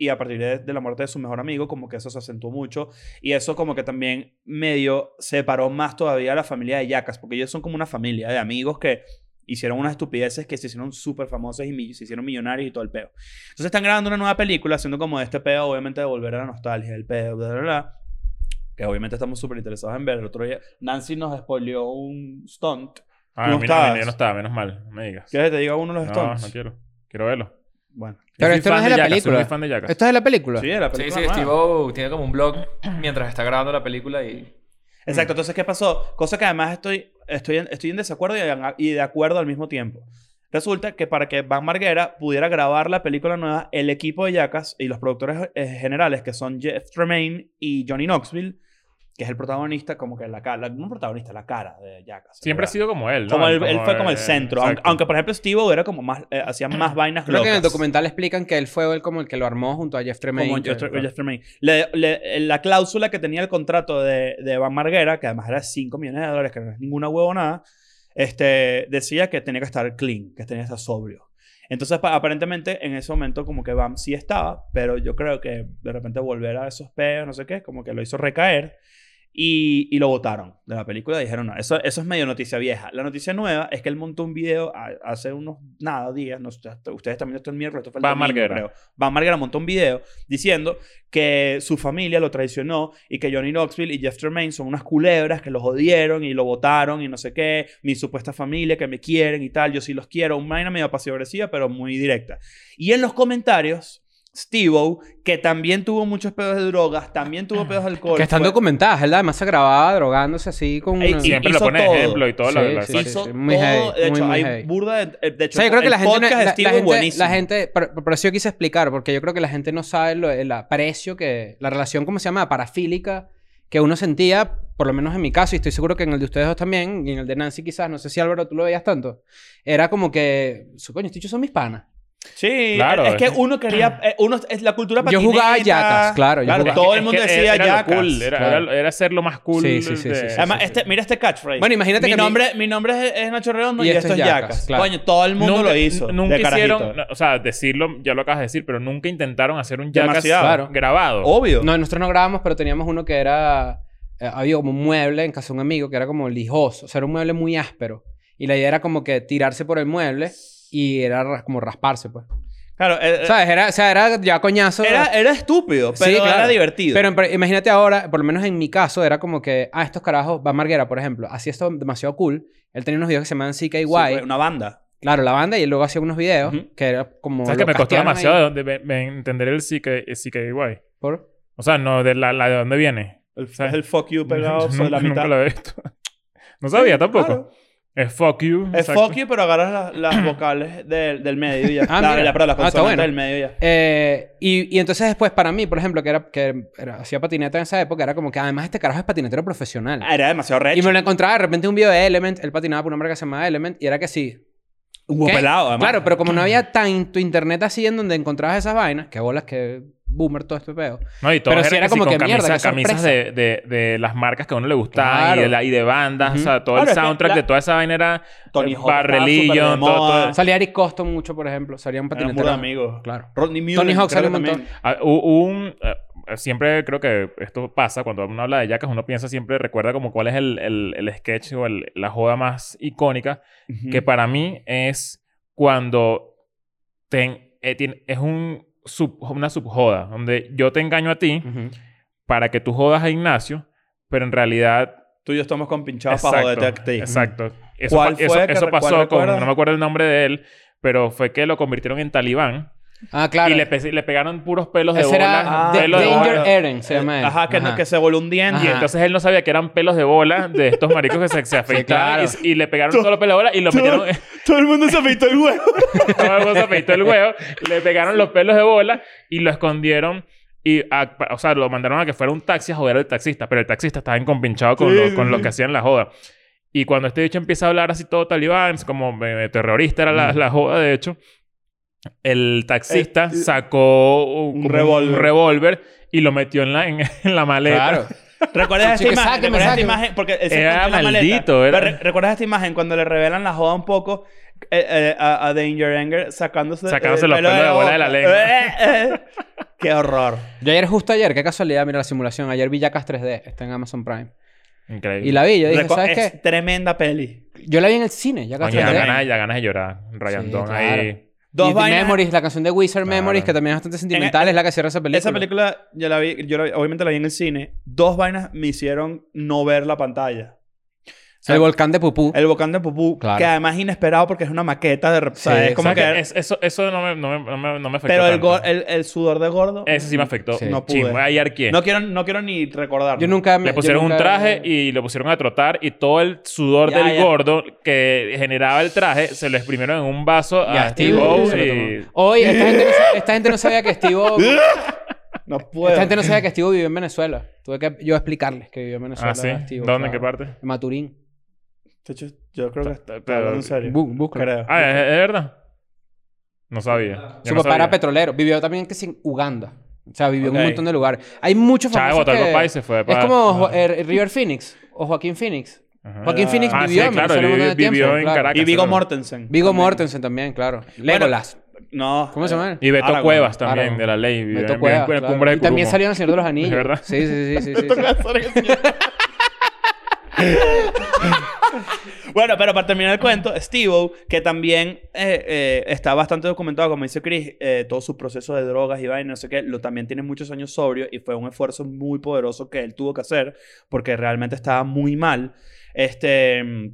C: Y a partir de, de la muerte de su mejor amigo, como que eso se acentuó mucho. Y eso como que también medio separó más todavía a la familia de Yacas, porque ellos son como una familia de amigos que hicieron unas estupideces que se hicieron súper famosas y mi- se hicieron millonarios y todo el peo. Entonces están grabando una nueva película, haciendo como este peo, obviamente, de volver a la nostalgia, el peo, bla, bla, bla. Que obviamente estamos súper interesados en ver. El otro día, Nancy nos spoileó un stunt
B: Ah, a
C: ¿Tú no
B: mí no, a mí
C: estabas?
B: no estaba, menos mal. No me digas.
C: ¿Quieres que te diga uno de los
B: No,
C: stunts?
B: no quiero. Quiero verlo.
C: Bueno.
D: Pero
B: soy
D: esto no es
B: fan
D: de la
B: Jackass, soy muy
D: película.
B: fan de Jackass.
D: ¿Esto es de la película?
C: Sí, era
E: Sí,
C: película
E: sí,
C: nueva.
E: Steve O tiene como un blog mientras está grabando la película y.
C: Exacto, entonces, ¿qué pasó? Cosa que además estoy, estoy, en, estoy en desacuerdo y, en- y de acuerdo al mismo tiempo. Resulta que para que Van Marguera pudiera grabar la película nueva, el equipo de Yacas y los productores eh, generales, que son Jeff Tremaine y Johnny Knoxville, que es el protagonista, como que la cara, no protagonista, la cara de Yacas.
B: Siempre ha sido como él, ¿no?
C: Como el- él fue como el
B: eh,
C: centro. aunque,
B: exacto.
C: aunque, por ejemplo, Steve O era como más, eh, hacía más vainas
D: Creo que en el
C: locas.
D: documental explican que él fue él como el que lo armó junto a pues. Jeff Tremaine.
C: Como
D: que-
C: Jeff- Jeff Tremaine. Le- le- la cláusula que tenía el contrato de, de Van Marguera, que además era 5 millones de dólares, que no es ninguna huevonada, este, decía que tenía que estar clean, que tenía que estar sobrio. Entonces, pa- aparentemente, en ese momento, como que Van sí estaba, pero yo creo que de repente volver a esos peos, no sé qué, como que lo hizo recaer. Y, y lo votaron de la película. Dijeron, no, eso, eso es medio noticia vieja. La noticia nueva es que él montó un video a- hace unos nada días. No, sé, hasta- ustedes también están miércoles. Esto fue el
B: Van
C: domingo,
B: Marguera.
C: creo. Van Marguera montó un video diciendo que su familia lo traicionó y que Johnny Knoxville y Jeff Tremaine son unas culebras que los odieron y lo votaron y no sé qué. Mi supuesta familia que me quieren y tal. Yo sí los quiero. Una vaina medio pasivo-agresiva, pero muy directa. Y en los comentarios. Steve-O, que también tuvo muchos pedos de drogas, también tuvo pedos de alcohol.
D: Que están
C: fue-
D: documentadas, él además se grababa drogándose así con...
C: Ey,
D: una-
C: y-
B: Siempre lo
C: hizo
B: pone
C: todo.
B: ejemplo y todo. lo-
D: Sí,
B: lo-
D: sí,
B: exacto.
C: hizo
D: sí, muy
C: todo.
D: heavy,
C: de hecho,
D: muy, muy
C: hay
D: heavy.
C: burda de, eh, de
D: O
C: hecho,
D: sea, yo creo que
C: el
D: la gente, no-
C: podcast de
D: la,
C: Steve
D: la
C: es
D: gente,
C: buenísimo.
D: la gente- por, por- por eso yo quise explicar, porque yo creo que la gente no sabe lo- el aprecio que, la relación, ¿cómo se llama? Parafílica que uno sentía, por lo menos en mi caso, y estoy seguro que en el de ustedes dos también, y en el de Nancy quizás, no sé si Álvaro tú lo veías tanto, era como que, su- coño, estos bichos son mis panas.
C: Sí,
B: Claro,
C: es que
B: es-
C: uno quería eh, uno es la cultura
D: Yo
C: patineta.
D: jugaba yacas, claro, yo jugaba.
C: todo
B: Es
C: el mundo
B: que
C: decía
B: era lo
C: yacas.
B: cool, era,
D: claro.
B: era- era ser lo más cool.
D: Sí, sí, sí,
B: de-
D: sí, sí,
C: Además, este, mira este catchphrase.
D: Bueno, imagínate
C: mi
D: que a mí-
C: nombre, mi nombre es, es Nacho Redondo y, esto es Yacas.
D: claro.
C: Coño, todo el mundo
B: Nunca-
C: lo hizo.
B: n- Nunca
C: de carajito.
B: hicieron, no, o sea, decirlo, ya lo acabas de decir, pero nunca intentaron hacer un Jackass
C: Demasiado. Oh,
D: Claro.
B: grabado.
C: Obvio.
D: No, nosotros no grabamos, pero teníamos uno que era. eh, había como un mueble en casa de un amigo que era como lijoso. O sea, era un mueble muy áspero. Y la idea era como que tirarse por el mueble y era ra- como rasparse, pues.
C: Claro, eh, eh,
D: ¿Sabes? Era, o sea, era ya coñazo.
C: era, era estúpido,
D: Sí,
C: pero era
D: claro.
C: divertido.
D: Pero, pero imagínate ahora, por lo menos en mi caso, era como que, ah, estos carajos, Van Marguera, por ejemplo, hacía esto demasiado cool. Él tenía unos videos que se llamaban CKY.
C: Sí, fue una banda.
D: Claro, la banda, y él luego hacía unos videos
C: Ujú.
D: que era como.
B: ¿Sabes
D: lo
B: que me costó
D: castearon ahí
B: demasiado de, de- de entender el CK, el CKY?
D: por-
B: O sea, no, de, la, la- de dónde viene.
C: El,
B: ¿Sabes?
C: es el fuck you
B: [laughs]
C: pegado
B: Nunca-
C: sobre la
B: nunca
C: mitad.
B: lo he visto. [laughs] No sabía tampoco.
C: Claro.
B: Es fuck you.
C: Es
B: exacto.
C: fuck you, pero agarras la-
D: [coughs]
C: las vocales del, del medio y ya.
D: Ah,
C: La-
D: mira.
C: la- perdón, las
D: Ah, está
C: consonantes
D: bueno.
C: del medio y ya.
D: Eh, y, y entonces después para mí, por ejemplo, que era que era- hacía patineta en esa época, era como que además este carajo es patinetero profesional.
C: Ah, Era demasiado recho.
D: y me lo encontraba de repente en un video de Element, él patinaba por una marca que se llamaba Element y era que sí.
C: Hubo
D: ¿Qué?
C: pelado, además.
D: Claro, pero como no había tanto internet así en donde encontrabas esas vainas, que bolas, que boomer, todo este pedo.
B: No, y todos
D: Pero
B: eran
D: sí era
B: que sí
D: como
B: con
D: que mierda,
B: camisas,
D: qué
B: camisas de,
D: sorpresa.
B: de, de las marcas que a uno le gustaban y, de
D: Claro.
B: la- y de bandas. O sea, todo
C: Claro,
B: el
C: es que
B: soundtrack
C: la-
B: de toda esa vaina era
C: Tony
B: eh,
C: Hawk
B: Barrelillo,
C: estaba súper de
B: todo- todo-
C: moda.
D: Salía Eric Coston mucho, por ejemplo. Salía un
C: Eran
D: patinetero.
C: burda de amigos.
D: Claro.
C: Rodney Mullen,
D: Tony Hawk
C: creo
D: salió
C: que
D: un montón.
C: también.
B: Ah, hu- hubo un... eh, siempre creo que esto pasa cuando uno habla de Jackass. Uno piensa siempre, recuerda como cuál es el, el- el sketch o el- la joda más icónica. Que para mí es cuando te- eh, tiene- es un sub- una subjoda. Donde yo te engaño a ti
D: Ujú.
B: para que tú jodas a Ignacio. Pero en realidad
C: Tú y yo estamos compinchados para joderte a ti.
B: Exacto. Eso,
C: ¿Cuál
B: pa-
C: fue
B: eso-
C: que
B: eso
C: re- cuál
B: pasó con...
C: recuerdas?
B: No me acuerdo el nombre de él, pero fue que lo convirtieron en talibán.
D: Ah, claro.
B: Y le, pe- le pegaron puros pelos de
D: Ese
B: bola.
D: era
C: Ah,
D: Da-
B: pelo de
D: Danger
B: bola.
D: Aaron, se llama él.
C: Eh, Ajá, que, que se voló un diente.
B: Y
D: Ajá.
B: entonces él no sabía que eran pelos de bola de estos maricos que se, se afeitaban
D: claro.
B: y, y le pegaron todos los pelos de bola y lo metieron... [laughs]
C: Todo el mundo se afeitó el huevo.
B: todo el mundo se afeitó el huevo. Le pegaron los pelos de bola y lo escondieron. Y a- pa- o sea, lo mandaron a que fuera un taxi a joder al taxista. Pero el taxista estaba encompinchado con,
C: Sí,
B: lo-
C: sí,
B: con los
C: sí.
B: que hacían la joda. Y cuando este bicho empieza a hablar así todo talibán, como eh, terrorista era la, la joda, de hecho, el taxista
C: El-
B: sacó un,
C: un
B: como un
C: revólver.
B: revólver y lo metió en la, en, [laughs] en la maleta.
D: Claro.
C: [laughs] ¿Recuerdas esta
D: Chico,
C: imagen?
D: sáqueme,
C: ¿Recuerdas esta
D: sáqueme.
C: imagen? Porque él se
B: Era
C: escondió en la
B: maldito,
C: maleta.
B: era-
C: Pero re- ¿Recuerdas esta imagen cuando le revelan la joda un poco eh, eh, a, a Danger Anger sacándose,
B: Sacándose
C: el
B: los
C: pelo
B: pelos de bola de la
C: boca?
B: lengua.
C: Eh, eh. ¡Qué horror!
D: Yo ayer, justo ayer, qué casualidad, mira la simulación. Ayer vi Jackass 3D, está en Amazon Prime.
B: Increíble.
D: Y la vi, yo dije,
C: Recu-
D: ¿sabes
C: es
D: qué?
C: tremenda peli.
D: Yo la vi en el cine, Jackass
B: Coño, ya
D: 3D.
B: ganas, ya ganas de llorar. Rayandón
D: ¿eh? claro.
B: ahí.
C: Dos
D: y The
C: vainas.
D: Memories, la canción de Wizard
B: Claro. e-
D: Memories, que también es bastante sentimental,
C: en-
D: es la que cierra esa película.
C: Esa película, yo la vi, yo la vi- obviamente la vi en el cine. Dos vainas me hicieron no ver la pantalla. sea,
D: el volcán de Pupú.
C: El volcán de Popú,
D: Claro.
C: que además es inesperado porque es una maqueta de... rep- o sea,
D: Sí,
C: es como
B: ¿Sabes
C: que...
B: qué? Es- eso eso no, me, no, me, no, me, no me afectó
C: pero el,
B: tanto.
C: go- el, el sudor de gordo...
B: Eso sí me afectó.
D: Sí.
B: No
C: No
B: pude.
C: pude.
B: ahí arqué.
C: No quiero, no quiero ni recordar.
D: Yo nunca me.
B: Le
D: yo
B: pusieron un
D: nunca-
B: traje y lo pusieron a trotar y todo el sudor
C: Ya,
B: del
C: ya.
B: gordo que generaba el traje se lo exprimieron en un vaso a
D: Ya,
B: Steve
D: Steve-O
B: O
D: Ah, se lo
B: y...
D: Hoy, esta gente, no, sa- esta gente no sabía que Steve
B: [laughs]
C: No puedo.
D: Esta gente no sabía que Steve vivió en Venezuela. Tuve que yo explicarles que vivió en Venezuela.
B: Ah, sí.
D: Steve-O,
B: ¿Dónde? ¿En
D: claro.
B: qué parte?
D: En Maturín.
C: De hecho, yo creo que está está
B: Pero-
C: hablando en serio.
D: Bu- búscalo.
C: Creo.
B: Ah, ¿es, es verdad? No sabía. Yo
D: Su
B: no
D: papá era
B: sabía.
D: petrolero. Vivió también que sí, en Uganda. O sea, vivió en
C: Ok.
D: un montón de lugares. Hay muchos
B: Chávez
D: famosos
B: votó al
D: que-
B: papá y se fue.
D: Es
B: para-
D: como Jo- eh, River Phoenix o Joaquín Phoenix.
B: Ajá.
D: Joaquín
C: Ah.
D: Phoenix
B: Ah, sí,
D: vivió en
B: claro,
D: Venezuela un montón de
B: vivió-
D: tiempo,
B: vivió en
D: claro.
B: Caracas.
C: Y Vigo
B: claro.
C: Mortensen.
D: Vigo
C: también.
D: Mortensen también, claro. Legolas.
C: No.
D: ¿Cómo se
C: [laughs]
D: llama? él?
B: Y Beto
C: Aragón.
B: Cuevas también,
D: Aragón.
B: de la ley. vivió
D: Beto
B: en-
D: Cuevas,
B: en Cumbre
D: claro.
B: de
D: Y también
B: Curumo.
D: salió en El Señor de los Anillos.
B: ¿Es verdad?
D: Sí, sí, sí. sí, sí, sí.
C: [laughs] Bueno, pero para terminar el cuento, Steve-O, que también eh, eh, está bastante documentado, como dice Chris, eh, todo su proceso de drogas y vaina, no sé qué, lo, también tiene muchos años sobrio y fue un esfuerzo muy poderoso que él tuvo que hacer porque realmente estaba muy mal. Este. mm,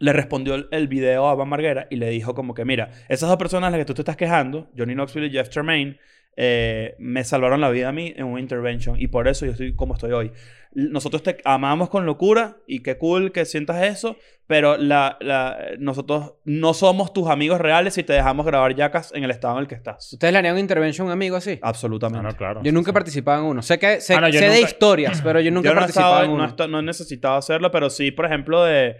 C: Le respondió el- el video a Van Marguera y le dijo como que, mira, esas dos personas a las que tú te estás quejando, Johnny Knoxville y Jeff Tremaine, eh, me salvaron la vida a mí en un intervention y por eso yo estoy como estoy hoy. L- Nosotros te amamos con locura y qué cool que sientas eso, pero la, la- nosotros no somos tus amigos reales si te dejamos grabar yacas en el estado en el que estás.
D: ¿Ustedes le harían un intervention a un amigo así?
B: Ah,
C: Absolutamente.
B: no, claro.
D: Yo nunca he participado en uno. Sé que sé,
B: Ah, no, yo
D: sé de
B: nunca-
D: historias, pero yo nunca
C: Yo
D: he
C: no, he
D: participado
C: estado-
D: en
C: no
D: uno.
C: he esta- no he necesitado hacerlo, pero sí, por ejemplo, de...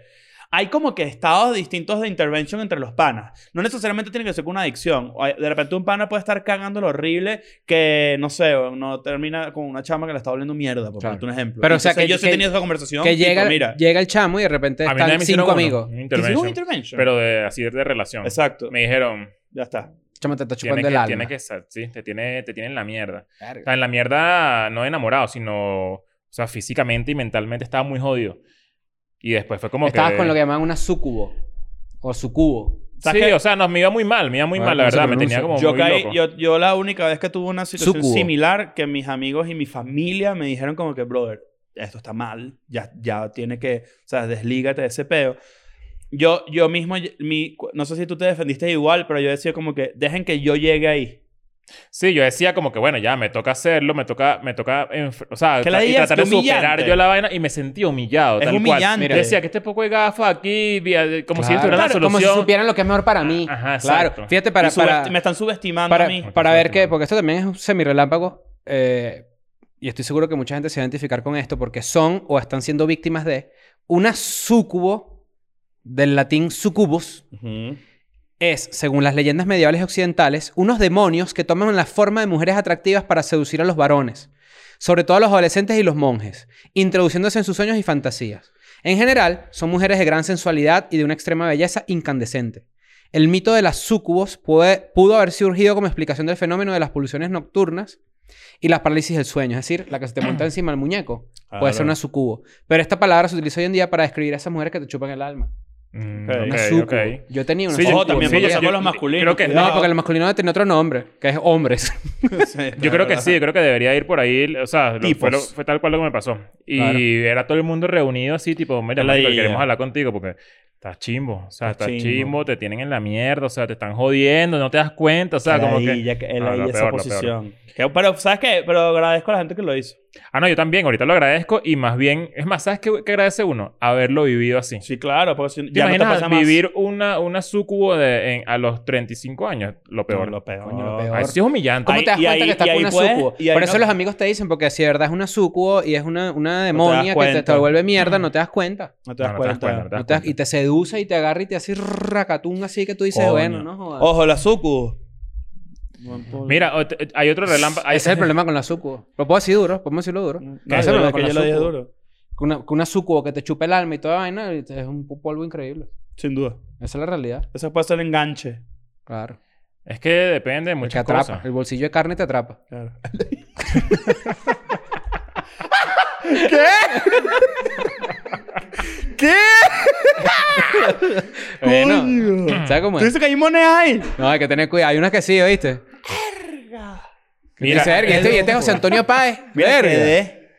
C: Hay como que estados distintos de intervention entre los panas. No necesariamente tiene que ser con una adicción. O hay- De repente un pana puede estar cagando lo horrible que, no sé, no termina con una chama que le está oliendo mierda, por
D: Claro.
C: ponerte un ejemplo.
D: Pero, o sea,
C: Entonces,
D: que-
C: yo sí he
D: que-
C: tenido esa conversación.
D: que
C: tipo,
D: llega,
C: mira,
D: llega el chamo y de repente
B: A mí nadie
D: están cinco
B: me hicieron uno,
D: amigos.
B: Un
C: ¿te hicieron
B: intervention.
C: un intervention?
B: Pero de, así de relación.
C: Exacto.
B: Me dijeron,
C: Ya está.
D: Chamo, te está chupando
B: tiene
D: el
B: que,
D: alma.
B: tiene que, sa- sí, te tiene, te tiene en la mierda. O
D: Verga.
B: sea, en la mierda, no enamorado, sino, o sea, físicamente y mentalmente estaba muy jodido. Y después fue como
D: Estabas
B: que...
D: con lo que llaman una sucubo. O sucubo.
B: Sí, o sea, no, me iba muy mal, me iba muy
D: Ah,
B: mal, la
D: ¿cómo se
B: verdad. Me
D: pronuncia?
B: tenía como
C: Yo,
B: muy
C: caí,
B: loco.
C: yo, yo la única vez que tuve una situación
D: Súcubo.
C: similar que mis amigos y mi familia me dijeron como que, brother, esto está mal, ya, ya tiene que, o sea, deslígate de ese peo. Yo, yo mismo, mi, no sé si tú te defendiste igual, pero yo decía como que, dejen que yo llegue ahí.
B: Sí, yo decía como que, bueno, ya me toca hacerlo, me toca, me toca, enf- o sea,
C: Que la
B: tra- y
C: digas,
B: tratar
C: que
B: de superar
C: humillante.
B: yo la vaina y me sentí humillado.
C: Es
B: tal Cual.
C: humillante.
B: Mira, yo decía que este poco de gafas aquí, via- como si esto era la
D: Claro, Como si
B: solución. Ah,
D: supieran lo que es mejor para mí.
B: Ajá,
D: claro.
B: exacto.
D: Fíjate, para,
C: Y subesti-
D: para,
C: me están subestimando a mí.
D: para, para ver
B: Exactamente.
D: que, porque esto también es un semirrelámpago, eh, y estoy seguro que mucha gente se va a identificar con esto, porque son o están siendo víctimas de una sucubo, del latín sucubus,
C: Ujú.
D: es, según las leyendas medievales occidentales, unos demonios que toman la forma de mujeres atractivas para seducir a los varones, sobre todo a los adolescentes y los monjes, introduciéndose en sus sueños y fantasías. En general, son mujeres de gran sensualidad y de una extrema belleza incandescente. El mito de las súcubos puede- pudo haber surgido como explicación del fenómeno de las poluciones nocturnas y las parálisis del sueño, es decir, la que se te monta encima del muñeco. Puede ser
C: Claro.
D: una sucubo. Pero esta palabra se utiliza hoy en día para describir a esas mujeres que te chupan el alma.
B: Mm,
C: Ok,
D: Una
B: ok,
D: sucubo.
B: ok.
D: Yo tenía una
B: Sí,
C: Ojo,
D: sucubo.
B: yo-
C: también
B: sí,
C: porque
B: yo-
C: son
B: yo-
C: los masculinos.
B: creo que-
C: cuidado.
D: No,
C: [laughs]
D: porque el masculino tiene otro nombre, que es hombres. [laughs]
C: Sí,
B: Yo creo que sí, yo creo que debería ir por ahí. O sea, lo- fue,
C: Tipos.
B: lo- fue tal cual lo que me pasó. Y
D: Claro.
B: era todo el mundo reunido así, tipo, mira,
C: La
B: marico,
C: idea.
B: queremos hablar contigo porque estás chimbo. O sea,
C: Estás
B: estás chimbo.
C: chimbo,
B: te tienen en la mierda, o sea, te están jodiendo, no te das cuenta, o sea, como que...
C: Ladilla, que-
B: No,
C: ladilla
B: lo
C: esa
B: peor, lo
C: posición. Que- Pero, ¿sabes qué? Pero agradezco a la gente que lo hizo.
B: Ah, no, yo también, ahorita lo agradezco y más bien, es más, ¿sabes qué, qué agradece uno? Haberlo vivido así.
C: Sí, claro, porque si-
B: ¿Te
C: ya no te
B: imaginas
C: pasa más.
B: vivir una, una sucubo de, en- a los 35 años? Lo peor.
C: No, lo peor.
D: Coño, lo peor.
B: Ay, sí es humillante.
D: ¿Cómo
C: Ahí-
D: te das
C: y
D: cuenta
C: ahí-
D: que estás
C: y
D: con
C: ahí
D: una
C: puedes-
D: sucubo?
C: y ahí
D: Por eso
C: no-
D: los amigos te dicen, porque si de verdad es una sucubo y es una, una demonia que te,
C: cuenta.
D: te vuelve mierda, no te das cuenta.
C: No te das
B: No, no te das
C: cuenta.
B: cuenta, no te das
D: No te das- y te seduce y te agarra y te hace racatún así que tú dices,
C: Coño.
D: bueno, no jodas.
C: Ojo, la sucu.
B: Mira, o te- hay otro relámpago. hay- [laughs]
D: Ese es
C: [laughs]
D: el problema con la sucubo. Lo puedo decir duro, podemos decirlo duro.
C: No,
D: Ese es
C: yo
D: el
C: lo
D: problema
C: que
D: con
C: yo
D: la
C: lo dije
D: sucubo.
C: duro.
D: Que una, que una sucubo que te chupe el alma y toda vaina y te- es un polvo increíble.
C: Sin duda.
D: Esa es la realidad.
C: Eso puede ser el enganche.
D: Claro.
B: Es que depende de
D: Porque te
B: muchas
D: atrapa.
B: cosas.
D: El bolsillo de carne te atrapa.
C: [laughs] Claro. [laughs]
D: Bueno.
C: Coño.
D: ¿Sabes cómo
C: ¿Tú
D: es?
C: dices que hay monedas ahí?
D: No, hay que tener cuidado. Hay unas que sí, ¿oíste?
B: Mira,
D: Dice, "Verga, este, este es José Antonio Páez.
C: Mira,
D: Verga.
C: quedé. Eh.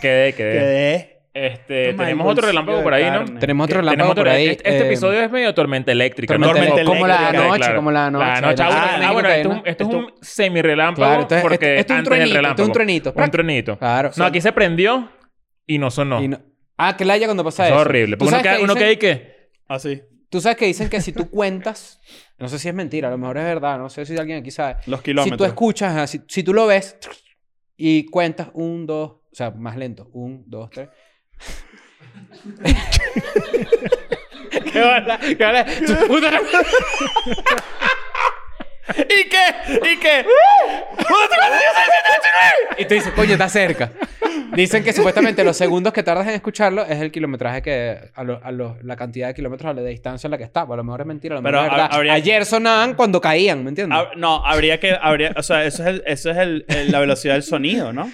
B: quedé, quedé.
C: Quedé.
B: este,
C: Toma el
B: tenemos otro
C: bolsillo
B: relámpago
C: de
B: por ahí, ¿no? Eh,
C: carne.
D: Tenemos otro
B: Tenemos
D: relámpago
B: otro-
D: por ahí.
B: Este, este
D: eh,
B: episodio es medio tormenta eléctrica.
D: tormenta
B: ¿no?
C: eléctrica.
D: como la
C: eléctrica,
D: noche,
B: claro.
D: como la noche.
B: La noche.
D: ¿no?
B: Ah,
D: Tenemos
B: ah, bueno,
D: que
B: esto, es
D: irnos.
B: un- esto es un semi-relámpago.
D: Claro, esto es-
B: porque
D: esto- esto es un
B: antes del
D: truenito, esto es un
B: relámpago.
D: truenito.
B: Un truenito.
D: Claro.
B: No, aquí se prendió y no sonó.
D: Y no- Ah, que la haya cuando pasa
B: Eso
D: eso.
B: es horrible.
D: ¿Tú
B: Porque uno
D: sabes,
B: queda,
D: que
B: uno queda
D: dicen,
B: ahí que...
C: Así.
D: tú sabes que dicen que si tú cuentas, no sé si es mentira, a lo mejor es verdad, no sé si alguien aquí sabe.
C: Los
D: Si tú
C: kilómetros.
D: escuchas, ajá, si, si tú lo ves y cuentas un, dos, o sea, más lento, un, dos, tres. ¿Qué bala? ¿Qué bala? [laughs] Su puta la-
C: ¿Y qué? ¿Y qué?
D: Y tú dices, coño, está cerca. Dicen que supuestamente los segundos que tardas en escucharlo es el kilometraje que. A lo- a lo- la cantidad de kilómetros a la distancia a la que está. A lo mejor es mentira, a lo mejor
C: Pero
D: es
C: ha-
D: verdad.
C: habría-
D: Ayer sonaban cuando caían, ¿me entiendes?
C: Hab- Ah, No, habría que. Habría, o sea, eso es, el, eso es el, el- la velocidad del sonido, ¿no?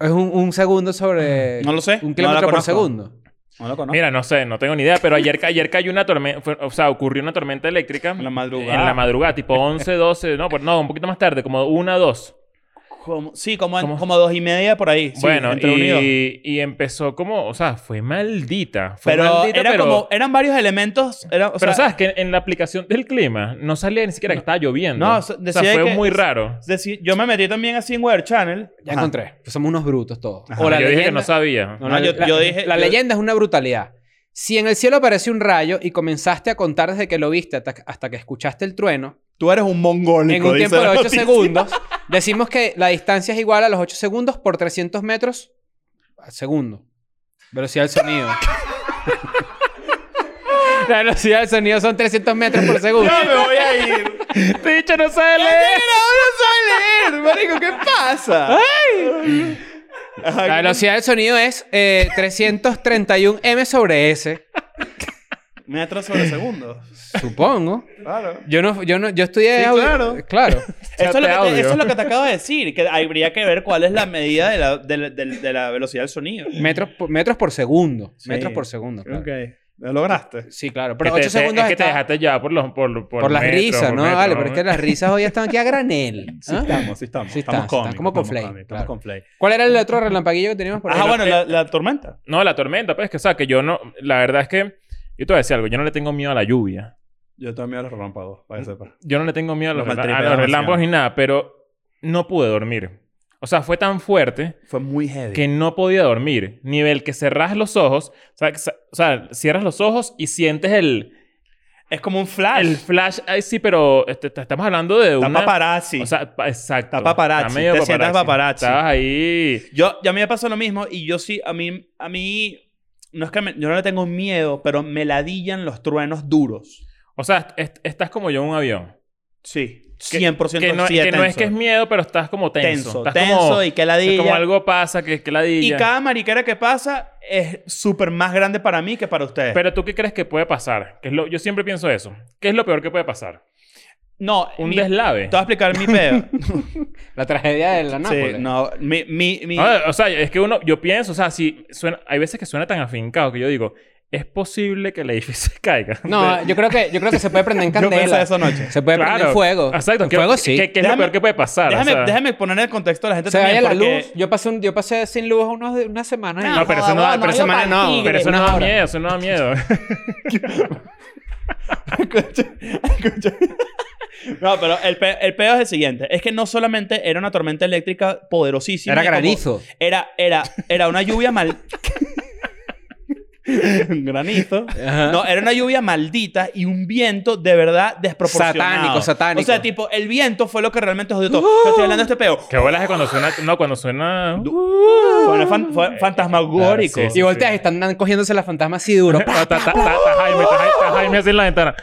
D: Es un, un segundo sobre.
C: Mm, No lo sé, no
D: Un
C: la
D: kilómetro por
C: conozco.
D: segundo.
C: No lo conozco.
B: Mira, no sé, no tengo ni idea, pero ayer, ca- ayer cayó una tormenta, o sea, ocurrió una tormenta eléctrica.
C: En la madrugada.
B: En la madrugada, tipo 11, 12, no, pues no, un poquito más tarde, como 1, 2.
C: Como- sí, como, en-
B: ¿Cómo?
C: como dos y media por ahí. sí,
B: bueno,
C: entre unidos.
B: y, y empezó como, o sea, fue maldita. Fue
C: Pero,
B: maldita,
C: era
B: pero,
C: como, eran varios elementos. Era, o
B: pero
C: sea,
B: sabes que en la aplicación del clima no salía ni siquiera que estaba lloviendo.
C: No,
B: o sea,
C: decía
B: fue
C: que-
B: muy raro.
C: es decir, yo me metí también así en Weather Channel.
D: Ya
C: Ajá.
D: encontré. Pues Somos unos brutos todos.
C: Ajá.
B: Yo
D: O la
B: dije que
D: leyenda-
B: no sabía.
D: No,
C: No,
D: la-
C: yo-
D: la-
C: yo dije-
D: La
C: yo-
D: leyenda es una brutalidad. Si en el cielo aparece un rayo y comenzaste a contar desde que lo viste hasta, hasta que escuchaste el trueno,
C: Tú eres un mongólico.
D: en un
C: dice
D: tiempo de
C: la
D: 8
C: noticia. [laughs]
D: segundos, decimos que la distancia es igual a los 8 segundos por 300 metros al segundo. Velocidad del
B: [laughs]
D: sonido. la velocidad del sonido son 300 metros por segundo.
C: me voy a [laughs] ir.
B: Te he dicho, no sabe leer.
C: no sabe leer, marico, ¿qué pasa? Ajá,
D: La velocidad del sonido es eh, 331 m sobre s,
C: [laughs] Metros sobre segundos.
D: supongo.
C: Claro.
D: Yo no, yo no, yo estudié
C: Sí,
D: audio-
C: claro.
D: Claro.
C: Eso es, lo que
B: Chateaudio.
C: te, eso es lo que te acabo de decir, que habría que ver cuál es la medida de la, de la- de- de la velocidad del sonido.
D: Metros por, metros por segundo.
C: Sí.
D: Metros por segundo. claro.
C: ¿Lo lograste?
D: Sí, claro. Pero
B: Que te-
D: 8
B: te-
D: segundos
B: es que te
D: está-
B: dejaste ya por los por, por,
D: por, las
B: metros,
D: risas,
B: por
D: ¿no?
B: metros,
D: vale,
B: ¿no?
D: pero es que las risas hoy están aquí a granel.
C: Sí
D: ¿ah?
C: estamos, sí estamos.
D: Sí
C: estamos
D: estamos,
C: cómicos,
D: estamos como con
C: estamos
D: Flay,
C: cómicos,
D: claro.
C: Estamos con Flay.
D: ¿Cuál era el otro relampaguillo que teníamos
B: Ah,
D: por ahí?
C: Ajá, bueno, la, la tormenta.
B: No, la tormenta, pues, que o sea, que yo no... La verdad es que... Yo te voy a decir algo. Yo no le tengo miedo a la lluvia.
C: Yo también a los relámpagos, para que sepa.
B: Yo no le tengo miedo a los,
C: Los
B: relá- a
C: maltripeados
B: los relámpagos
C: marcianos.
B: ni nada, pero no pude dormir. O sea, fue tan fuerte
C: Fue muy heavy.
B: que no podía dormir. Nivel que cerrás los ojos, o sea, que sa- o sea, cierras los ojos y sientes el,
C: Es como un flash.
B: el flash. Ay, sí, pero este, t- estamos hablando de
C: Está
B: una...
C: paparazzi.
B: O sea, pa- exacto.
C: Está paparazzi.
B: Está medio
C: Te sientas paparazzi.
B: Estabas ahí...
C: Yo, ya me pasó lo mismo y yo sí, a mí, a mí, no es que me- yo no le tengo miedo, pero me ladillan los truenos duros.
B: O sea, est- estás como yo en un avión.
C: Sí,
B: Que-
C: 100%
B: que no,
C: sí
B: que no es
C: tenso.
B: que es miedo, pero estás como tenso.
C: tenso,
B: Estás
C: tenso
B: como,
C: y que
B: que
C: ladilla.
B: como algo pasa, que, que la
C: y
B: dilla.
C: cada mariquera que pasa es súper más grande para mí que para ustedes.
B: [laughs] Pero tú qué crees que puede pasar? Que es lo, yo siempre pienso eso. ¿Qué es lo peor que puede pasar?
C: no,
B: Un
C: mi-
B: deslave.
C: Te voy a explicar
B: [laughs]
C: mi peo.
D: La tragedia de la
C: sí,
D: Nápoles.
C: no, mi, mi, mi-
B: No, Ah, o sea, es que uno, yo pienso, o sea, si suena, hay veces que suena tan afincado que yo digo, es posible que el edificio [laughs] se caiga.
D: No, yo creo que yo creo que se puede prender en
C: [laughs] yo pensé
D: candela.
C: esa noche.
D: Se puede prender en fuego.
B: Exacto.
D: En
B: ¿Qué-
D: fuego
B: qué-
D: sí.
B: ¿Qué, qué es
C: Déjame-
B: lo peor que puede pasar?
C: Déjame,
B: ah, O sea,
C: déjame poner en contexto a la gente
D: se vaya
C: también.
D: la
C: porque-
D: luz. Yo pasé un, yo pasé sin luz unos, una semana. y-
B: No, pero eso no,
D: joda,
B: da- pero
D: ha
B: eso
D: ido pa'l
B: no-
D: tigre.
B: pero eso no
D: Una
B: da
D: hora.
B: miedo, eso no
D: [laughs]
B: da miedo.
C: Escucha, escucha. No, pero el, pe- el peor es el siguiente. Es que no solamente era una tormenta eléctrica poderosísima.
D: Era
C: y como-
D: granizo.
C: Era, era, era una
D: [laughs]
C: lluvia mal... Un granizo.
D: Ajá.
C: No, era una lluvia maldita y un viento de verdad desproporcionado.
D: Satánico, satánico.
C: O sea, tipo, el viento fue lo que realmente
D: [gasps]
C: jodió todo. Yo estoy hablando de este peo.
B: ¿Qué bolas es cuando suena? No, cuando suena... uh,
C: Fue, una fan- fue fantasmagórico.
B: Claro, Eh, sí,
D: Y volteas y están cogiéndose las fantasmas así
B: [laughs]
D: duro.
B: Ta- ta- ta- ta- Jaime, ta- ta- Jaime así en la ventana.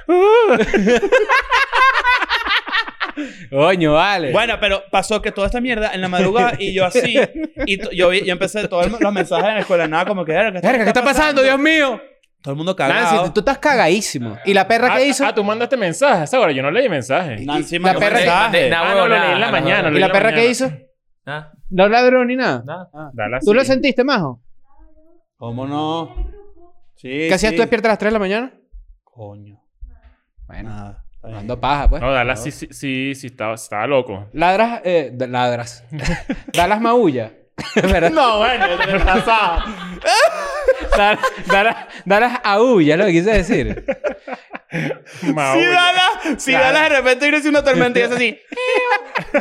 D: Coño, vale.
C: Bueno, pero pasó que toda esta mierda en la madrugada y yo así. Y to- yo, vi- yo empecé todos los mensajes en la escuela, nada, como que. "Verga,
D: Verga, ¿qué está pasando, Dios mío?
C: Todo el mundo cagado.
D: Nancy, tú estás cagadísimo. ¿Y la perra
B: Ah,
D: qué hizo?
B: ah, tú mandaste mensajes. Esa hora yo no leí mensajes.
C: Nancy
D: La
C: mandó
D: perra-
C: mensaje.
B: Ah, no, lo leí en la mañana, lo
D: ¿Y
B: leí
D: la
B: en la
D: perra qué
B: mañana.
D: hizo?
E: Nada,
D: No ladró ni nada.
E: nada.
B: Dale así.
D: ¿Tú lo sentiste, Majo?
C: ¿Cómo no? Sí.
D: ¿Qué hacías
C: sí.
D: tú despierta a las 3 de la mañana?
C: Coño.
D: Bueno,
C: Nada. está bien.
D: mando paja, pues.
B: No, Dala sí, sí, sí, sí estaba, estaba loco.
D: Ladras, eh, da-
B: [laughs]
D: ladras. Dalas maulla. [laughs] ¿Verdad?
B: [laughs]
C: No, bueno, te pasaba.
D: Dar- Dallas, Dallas aúlla, es lo que quise decir.
B: Mau,
C: Si Dallas, si Dallas de repente irse una tormenta y es así,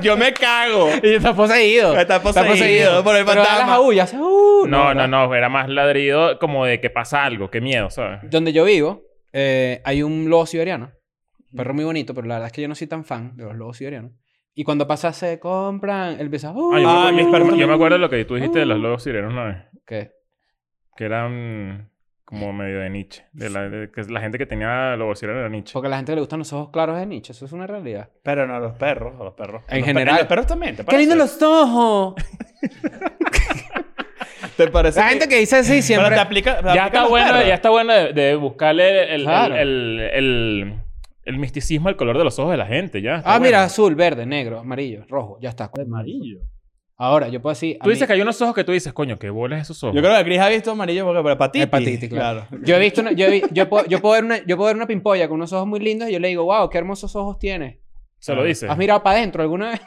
C: yo me cago.
D: [laughs] Y está poseído.
C: Está poseído por el
D: Pero
C: fantasma.
D: Dallas aúlla, hace, "Uh",
B: No, no,
D: ¿verdad?
B: no. Era más ladrido como de que pasa algo. Qué miedo, ¿sabes?
D: Donde yo vivo, eh, hay un lobo siberiano. Un perro muy bonito, pero la verdad es que yo no soy tan fan de los lobos siberianos. Y cuando pasa, se compran uh, el beso.
B: Ah, yo, me acuerdo,
C: Ah, mis
B: yo
C: perros
B: me
C: también.
B: acuerdo lo que tú dijiste de los lobos sirenos una vez.
D: ¿Qué?
B: Que eran como medio de Nietzsche. De la, de- que la gente que tenía lobos sirenos era Nietzsche.
D: Porque a la gente que le gustan los ojos claros de Nietzsche. Eso es una realidad.
C: Pero no a los perros, a los perros.
D: En
C: Los per-
D: general.
C: Los perros también, ¿te
D: ¡Qué
C: parece?
D: lindos los ojos!
C: ¿Te parece?
D: La gente que dice así
C: Pero
D: siempre...
C: te aplica. te
B: Ya
C: aplica
B: está
C: los
B: bueno,
C: perros.
B: ya está bueno de, de buscarle el, el-
D: Claro.
B: el- el- el misticismo al color de los ojos de la gente. Ya, está
D: Ah, mira,
B: bueno.
D: azul, verde, negro, amarillo, rojo. Ya está. Amarillo. Ahora, yo puedo decir... a
B: Tú dices
D: mí-
B: que hay unos ojos que tú dices, coño, qué bolas esos ojos.
C: Yo creo que Chris ha visto amarillo porque para hepatitis.
D: Hepatitis, claro. Yo he visto... una- yo, he vi- yo puedo, yo puedo ver una, yo puedo ver una pimpolla con unos ojos muy lindos y yo le digo, wow, qué hermosos ojos tienes.
B: Se lo dices.
D: ¿Has mirado para adentro alguna vez?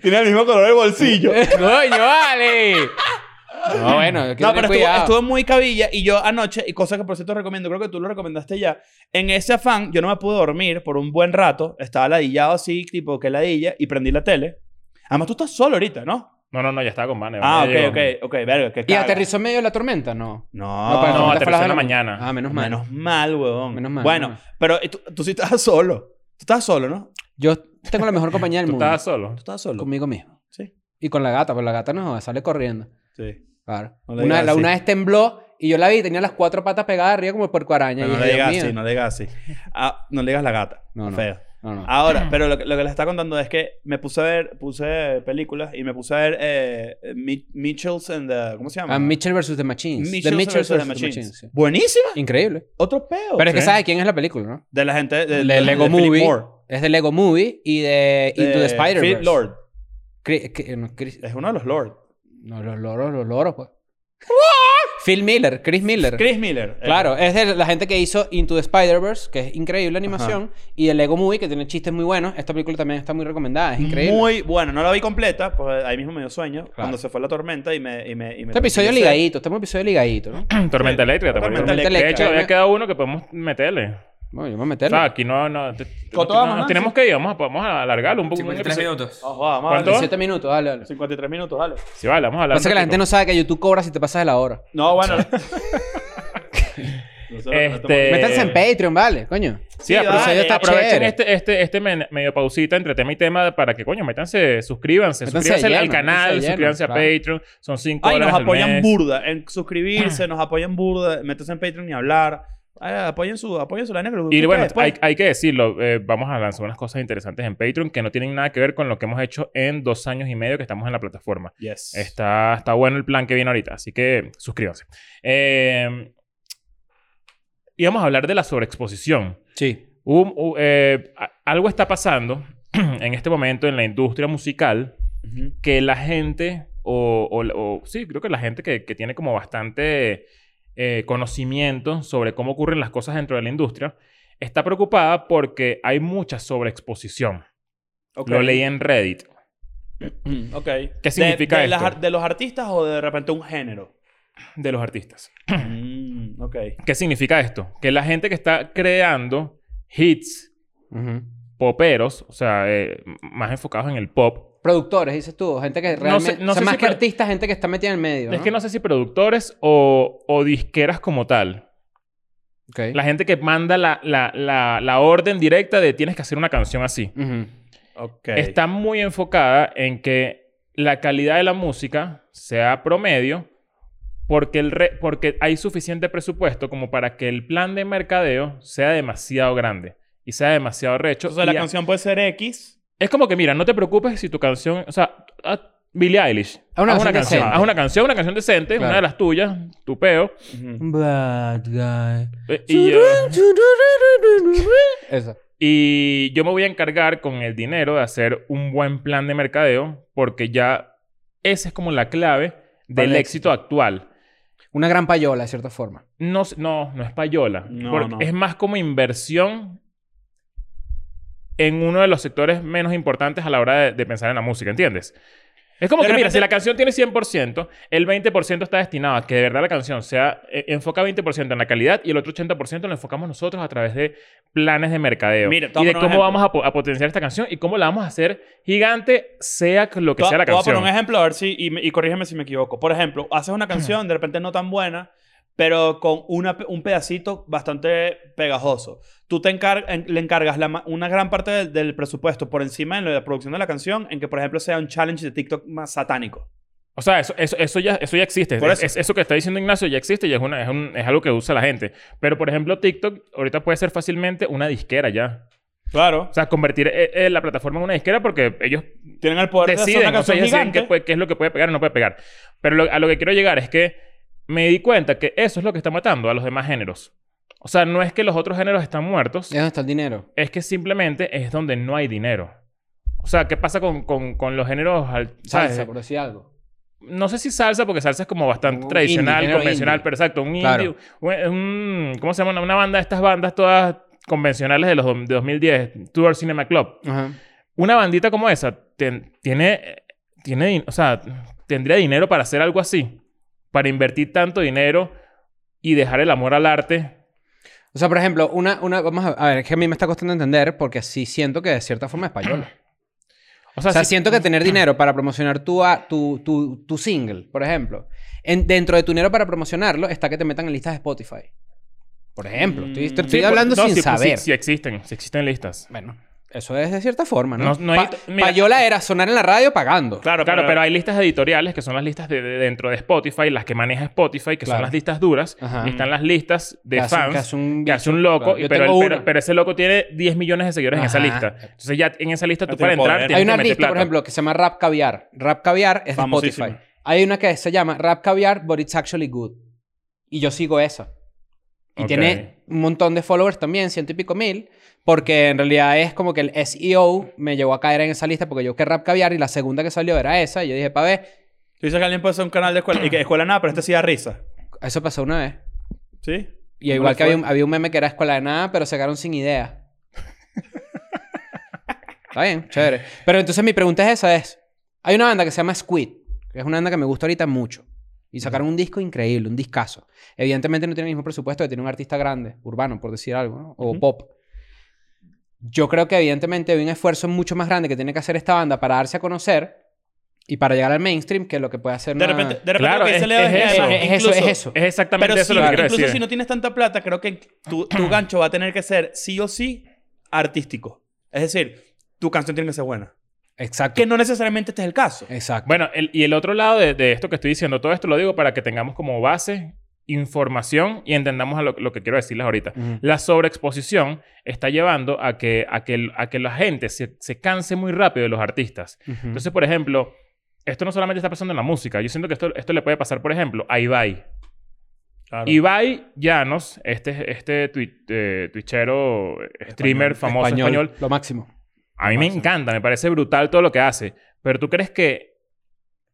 C: Tiene el mismo color del
B: Eh,
C: bolsillo.
D: [laughs] ¡Coño, vale! No, bueno, hay que
C: No,
D: tener
C: pero estuvo,
D: cuidado.
C: estuvo muy cabilla y yo anoche, y cosa que por cierto recomiendo, creo que tú lo recomendaste ya, en ese afán yo no me pude dormir por un buen rato, estaba ladillado así, tipo que ladilla, y prendí la tele. Además tú estás solo ahorita, ¿no?
B: No, no, no, ya estaba con Vane.
C: Ah,
B: Vane
C: ok,
B: llegó.
C: ok, ok, verga, que
D: ¿Y aterrizó en medio de la tormenta? No.
C: No,
D: para- ¿Te fue
B: No,
D: a las
B: aterrizó en
D: de
B: la
D: la-
B: mañana.
D: Ah, menos mal.
C: menos mal, huevón.
D: Menos mal,
C: Bueno,
D: menos mal.
C: pero eh, tú, tú sí estabas solo. Tú estabas solo, ¿no?
D: Yo tengo la mejor compañía del
B: [laughs] Tú
D: mundo.
B: estabas solo.
D: [clears throat]
C: Tú estabas solo.
D: Conmigo mismo.
C: Sí.
D: Y con la gata, pero la gata no, sale corriendo.
C: Sí.
D: Claro.
C: No le
D: una,
C: digas
D: la-
C: así.
D: una vez tembló y yo la vi, tenía las cuatro patas pegadas arriba como el puerco araña.
C: Pero
D: Y
C: no
D: dije,
C: le
D: Dios
C: digas
D: mío.
C: así, no le digas así. Ah, no le digas la gata.
D: No, no.
C: Fea.
D: No, no.
C: Ahora, pero lo, que- lo que les está contando es que me puse a ver, puse películas y me puse a ver eh, Mi- Mitchells and the, ¿cómo se llama?
D: Ah, Mitchell vs. The Machines.
C: Mitchells
D: the Mitchell
C: versus the Machines. Buenísima.
D: Increíble.
C: Otro peo.
D: Pero es que
B: Sí.
D: sabes quién es la película, ¿no?
C: de la gente de,
D: De,
C: de-
D: Lego
C: de Philip
D: Movie.
C: Moore.
D: Es de Lego Movie y de Eh. Into the
C: De
D: Spider-Verse.
C: Philip Lord.
D: Cri- que- no, Chris-
C: Es uno de los Lord.
D: no, los loros, los loros, pues. Phil Miller, Chris Miller.
C: Chris Miller. Eh,
D: Claro, es de la gente que hizo Into the Spider-Verse, que es increíble animación, y el Lego Movie, que tiene chistes muy buenos. Esta película también está muy recomendada, es increíble.
C: Muy bueno. No la vi completa, pues ahí mismo me dio sueño.
D: Claro.
C: Cuando se fue la tormenta y me... Y me, y me
D: Este episodio
C: tranquilicé.
D: ligadito, este es un episodio ligadito, ¿no?
B: Tormenta eléctrica también.
C: Tormenta
B: De
D: eléctrica.
B: hecho, había quedado uno que podemos meterle.
D: Bueno, yo me voy a
B: O
D: meterlo.
B: sea, aquí no... no te-
C: Coto,
B: no-
C: vamos,
B: nos
C: ¿no?
B: tenemos que ir. Vamos a, vamos a alargarlo un poco.
E: 53 minutos.
C: Ojo, Oh, vamos,
B: ¿Cuánto?
C: dale.
D: 17 minutos, dale, dale.
C: 53 minutos, dale.
B: Sí, vale. Vamos a hablar
D: Pasa que la gente no sabe que YouTube cobra si te pasas de la hora.
B: [laughs]
C: No, bueno. [laughs] No sé lo que no
B: Este-
C: tomo-
B: Eh,
D: Métanse en Patreon, vale, coño.
B: Sí, ah, apro-
C: Sí, vale,
B: aprovechen
D: está
B: aprovechen
D: chévere.
B: este, este, este men- medio pausita entre tema y tema para que, coño, métanse, suscríbanse,
D: Métanse
B: suscríbanse
D: de
B: al
D: lleno,
B: canal,
D: métanse de lleno,
B: suscríbanse a
D: claro.
B: Patreon. Son cinco
C: Ay, nos
B: dólares al
C: apoyan
B: mes.
C: burda en
B: [clears throat]
C: suscribirse, nos apoyan burda, meterse en Patreon y hablar. Ay, apoyen su, apoyen su lana que lo que
B: Y bueno,
C: ustedes,
B: hay,
C: pues.
B: hay que decirlo, eh, vamos a lanzar unas cosas interesantes en Patreon que no tienen nada que ver con lo que hemos hecho en dos años y medio que estamos en la plataforma.
C: Yes.
B: Está, está bueno el plan que viene ahorita, así que suscríbanse. Eh, íbamos a hablar de la sobreexposición.
D: Sí.
B: Hubo- hu- eh, a- algo está pasando [clears throat] en este momento en la industria musical
C: Ujú.
B: que la gente, o, o- o- sí, creo que la gente que, que tiene como bastante eh, conocimiento sobre cómo ocurren las cosas dentro de la industria, está preocupada porque hay mucha sobreexposición.
C: Ok.
B: Lo leí en Reddit.
C: Mm, ok.
B: ¿Qué significa
C: de, de, las
B: esto?
C: ar- de los artistas o de repente
B: [clears throat]
C: un género?
B: de los artistas.
C: Mm, ok.
B: ¿Qué significa esto? Que la gente que está creando hits
D: Ujú.
B: poperos, o sea, eh, m- más enfocados en el pop.
D: Productores, dices tú, gente que
B: sé-
D: realmente.
B: no
D: o sea,
B: sé
D: más
B: si
D: que
B: pro-
D: artistas, gente que está metida en el medio.
B: Es que no sé si productores o, o disqueras como tal.
D: Ok.
B: La gente que manda la, la- la- la orden directa de tienes que hacer una canción así.
D: Ujú.
C: Ok.
B: Está muy enfocada en que la calidad de la música sea promedio porque, el re- porque hay suficiente presupuesto como para que el plan de mercadeo sea demasiado grande y sea demasiado recho.
C: Entonces la
B: y a-
C: canción puede ser X.
B: Es como que, mira, no te preocupes si tu canción. O sea, a- Billie Eilish.
D: Haz una canción
B: canción.
D: decente.
B: Haz una canción, una canción decente,
D: Claro.
B: una de las tuyas, tu peo.
C: Ujú.
D: Bad guy.
B: eh, Y yo,
D: Esa.
B: y yo me voy a encargar con el dinero de hacer un buen plan de mercadeo, porque ya esa es como la clave
D: Para
B: del
D: el
B: éxito actual.
D: Una gran payola, de cierta forma.
B: No, s- no, no es payola.
C: No,
B: porque
C: no.
B: Es más como inversión en uno de los sectores menos importantes a la hora de, de pensar en la música, ¿entiendes? Es como
C: De
B: que, mira,
C: repente-
B: si la canción tiene 100%, el 20% está destinado a que de verdad la canción sea... eh, enfoca 20% en la calidad y el otro 80% lo enfocamos nosotros a través de planes de mercadeo.
C: Mira, te voy
B: y
C: a
B: de
C: poner un
B: cómo
C: ejemplo.
B: vamos a, po- a potenciar esta canción y cómo la vamos a hacer gigante, sea lo que sea la
C: Te voy a
B: canción.
C: poner un ejemplo, a ver si, y, me- y corrígeme si me equivoco. Por ejemplo, haces una canción, de repente no tan buena, pero con una, pe- un pedacito bastante pegajoso. Tú te encar- en- le encargas la ma- una gran parte del, del presupuesto por encima en lo de la producción de la canción, en que, por ejemplo, sea un challenge de TikTok más satánico.
B: O sea, eso, eso, eso ya, eso ya existe.
C: Por
B: Es-
C: eso.
B: es- eso que está diciendo Ignacio ya existe y es, una, es, un- es algo que usa la gente. Pero, por ejemplo, TikTok ahorita puede ser fácilmente una disquera ya.
C: Claro.
B: O sea, convertir eh, eh, la plataforma en una disquera porque ellos
C: Tienen el poder de hacer
B: deciden,
C: una
B: o sea,
C: canción
B: ellos deciden
C: gigante.
B: qué, puede- qué es lo que puede pegar o no puede pegar. Pero lo- a lo que quiero llegar es que me di cuenta que eso es lo que está matando a los demás géneros. O sea, no es que los otros géneros están muertos,
D: ¿De dónde está el dinero?
B: es que simplemente es donde no hay dinero. O sea, ¿qué pasa con, con- con los géneros? al- ¿sabes?
D: Salsa, por decir algo.
B: No sé si salsa, porque salsa es como bastante
D: Un
B: tradicional,
D: indie, género
B: convencional,
D: indie.
B: pero exacto, un
D: Claro.
B: indie, un- un- ¿cómo se llama? Una banda, estas bandas todas convencionales de los do- de 2010, Tour Cinema Club.
D: Ajá.
B: una bandita como esa ten- tiene, tiene, din- o sea, tendría dinero para hacer algo así, para invertir tanto dinero y dejar el amor al arte.
D: O sea, por ejemplo, una, una, vamos a, a ver, es que a mí me está costando entender porque sí siento que de cierta forma es payola.
B: O sea,
D: O sea,
B: sí-
D: siento que tener dinero para promocionar tu, a- tu, tu, tu single, por ejemplo, en, dentro de tu dinero para promocionarlo está que te metan en listas de Spotify. Por ejemplo, estoy, estoy
B: Sí,
D: hablando
B: no,
D: sin
B: sí, pues,
D: saber.
B: Sí, sí existen, sí existen listas.
D: Bueno, eso es de cierta forma, ¿no?
B: No- no hay-
D: Pa-
B: mira-
D: payola era sonar en la radio pagando.
B: Claro, claro, pero hay listas editoriales que son las listas de, de- dentro de Spotify, las que maneja Spotify, que
D: Claro.
B: son las listas duras,
D: Ajá.
B: y están las listas de
D: Que hace-
B: fans
D: que hace un
B: que hace
D: bicho,
B: un loco,
D: claro.
B: y-
D: Yo
B: pero,
D: tengo
B: el- pero-
D: uno.
B: pero ese loco tiene 10 millones de seguidores en
D: Ajá.
B: esa lista. Entonces ya en esa lista
C: Ya
B: tú
C: tiene
B: para entrar
C: poder.
B: tienes
D: Hay
B: que
D: una
B: meter
D: lista, por
B: plata.
D: ejemplo, que se llama Rap Caviar. Rap Caviar es de
C: Famosísima.
D: Spotify. Hay una que se llama Rap Caviar, but it's actually good. Y yo sigo esa. Y
B: Ok.
D: tiene un montón de followers también, ciento y pico mil, porque en realidad es como que el SEO me llevó a caer en esa lista porque yo que Rap Caviar y la segunda que salió era esa. Y yo dije, pa' ver,
C: Tú dices que alguien puede hacer un canal de escuela. Y que escuela nada, pero este sí da risa.
D: eso pasó una vez.
C: ¿Sí?
D: Y
C: ¿Cómo
D: igual
C: le
D: que
C: fue?
D: había un, había un meme que era escuela de nada, pero se quedaron sin idea. Está bien, chévere. Pero entonces mi pregunta es esa, es... Hay una banda que se llama Squid, que es una banda que me gusta ahorita mucho. Y sacaron un disco increíble, un discazo. Evidentemente no tiene el mismo presupuesto que tiene un artista grande, urbano, por decir algo, ¿no? O
C: Ujú.
D: pop. Yo creo que evidentemente hay un esfuerzo mucho más grande que tiene que hacer esta banda para darse a conocer y para llegar al mainstream que lo que puede hacer
C: De
D: una-
C: repente, de repente
B: Claro,
C: lo que dice
B: es-
C: Leo
B: es
C: que
B: eso.
C: además,
D: Es eso,
C: incluso-
D: es eso.
B: Es exactamente
C: Pero
B: eso
C: sí,
B: lo que quiero
C: incluso
B: decir.
C: si no tienes tanta plata, creo que
B: [clears throat]
C: tu, tu gancho va a tener que ser sí o sí artístico. Es decir, tu canción tiene que ser buena.
D: Exacto.
C: Que no necesariamente este es el caso.
D: Exacto.
B: Bueno, el- y el otro lado de, de esto que estoy diciendo, todo esto lo digo para que tengamos como base información y entendamos a lo, lo que quiero decirles ahorita.
D: Ujú.
B: La sobreexposición está llevando a que, a que, a que la gente se, se canse muy rápido de los artistas.
D: Ujú.
B: Entonces, por ejemplo, esto no solamente está pasando en la música. Yo siento que esto, esto le puede pasar, por ejemplo, a Ibai. Ibai Llanos, este, este tui- eh, twitchero, streamer famoso español,
D: Lo máximo.
B: a mí me
C: Máximo.
B: encanta, me parece brutal todo lo que hace. Pero tú crees que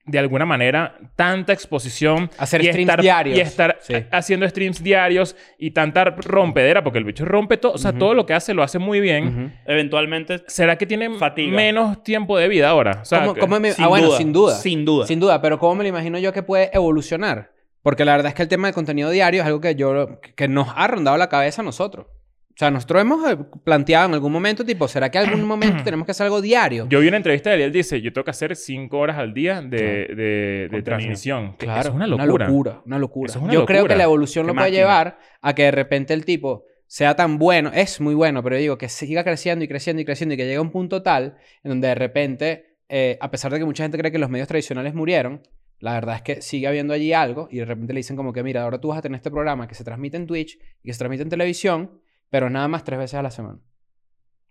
B: de alguna manera tanta exposición
D: Hacer
B: y
D: streams
B: estar,
D: diarios.
B: y estar
D: Sí.
B: ha- haciendo streams diarios y tanta rompedera, porque el bicho rompe todo, o sea,
D: Ujú.
B: todo lo que hace lo hace muy bien.
D: Ujú.
C: Eventualmente,
B: ¿Será que tiene
C: Fatiga.
B: menos tiempo de vida ahora? O sea,
D: ¿Cómo-
B: que-
D: cómo me-
C: sin
D: ah, bueno,
C: duda,
D: sin duda.
C: sin duda.
D: Sin duda, pero ¿cómo me lo imagino yo que puede evolucionar? Porque la verdad es que el tema del contenido diario es algo que yo que nos ha rondado la cabeza a nosotros. O sea, nosotros hemos eh, planteado en algún momento, tipo, ¿será que algún
B: [clears throat]
D: momento tenemos que hacer algo diario?
B: Yo vi una entrevista de él y él dice, yo tengo que hacer cinco horas al día de, de- de
C: Contenido.
B: transmisión. Que eso es una locura.
D: Una locura, una locura.
B: Eso es una
D: yo creo
B: locura.
D: que la evolución
C: Qué
D: lo puede
C: máquina.
D: llevar a que de repente el tipo sea tan bueno, es muy bueno, pero yo digo que siga creciendo y creciendo y creciendo y que llegue a un punto tal en donde de repente, eh, a pesar de que mucha gente cree que los medios tradicionales murieron, la verdad es que sigue habiendo allí algo y de repente le dicen como que mira, ahora tú vas a tener este programa que se transmite en Twitch y que se transmite en televisión, pero nada más tres veces a la semana.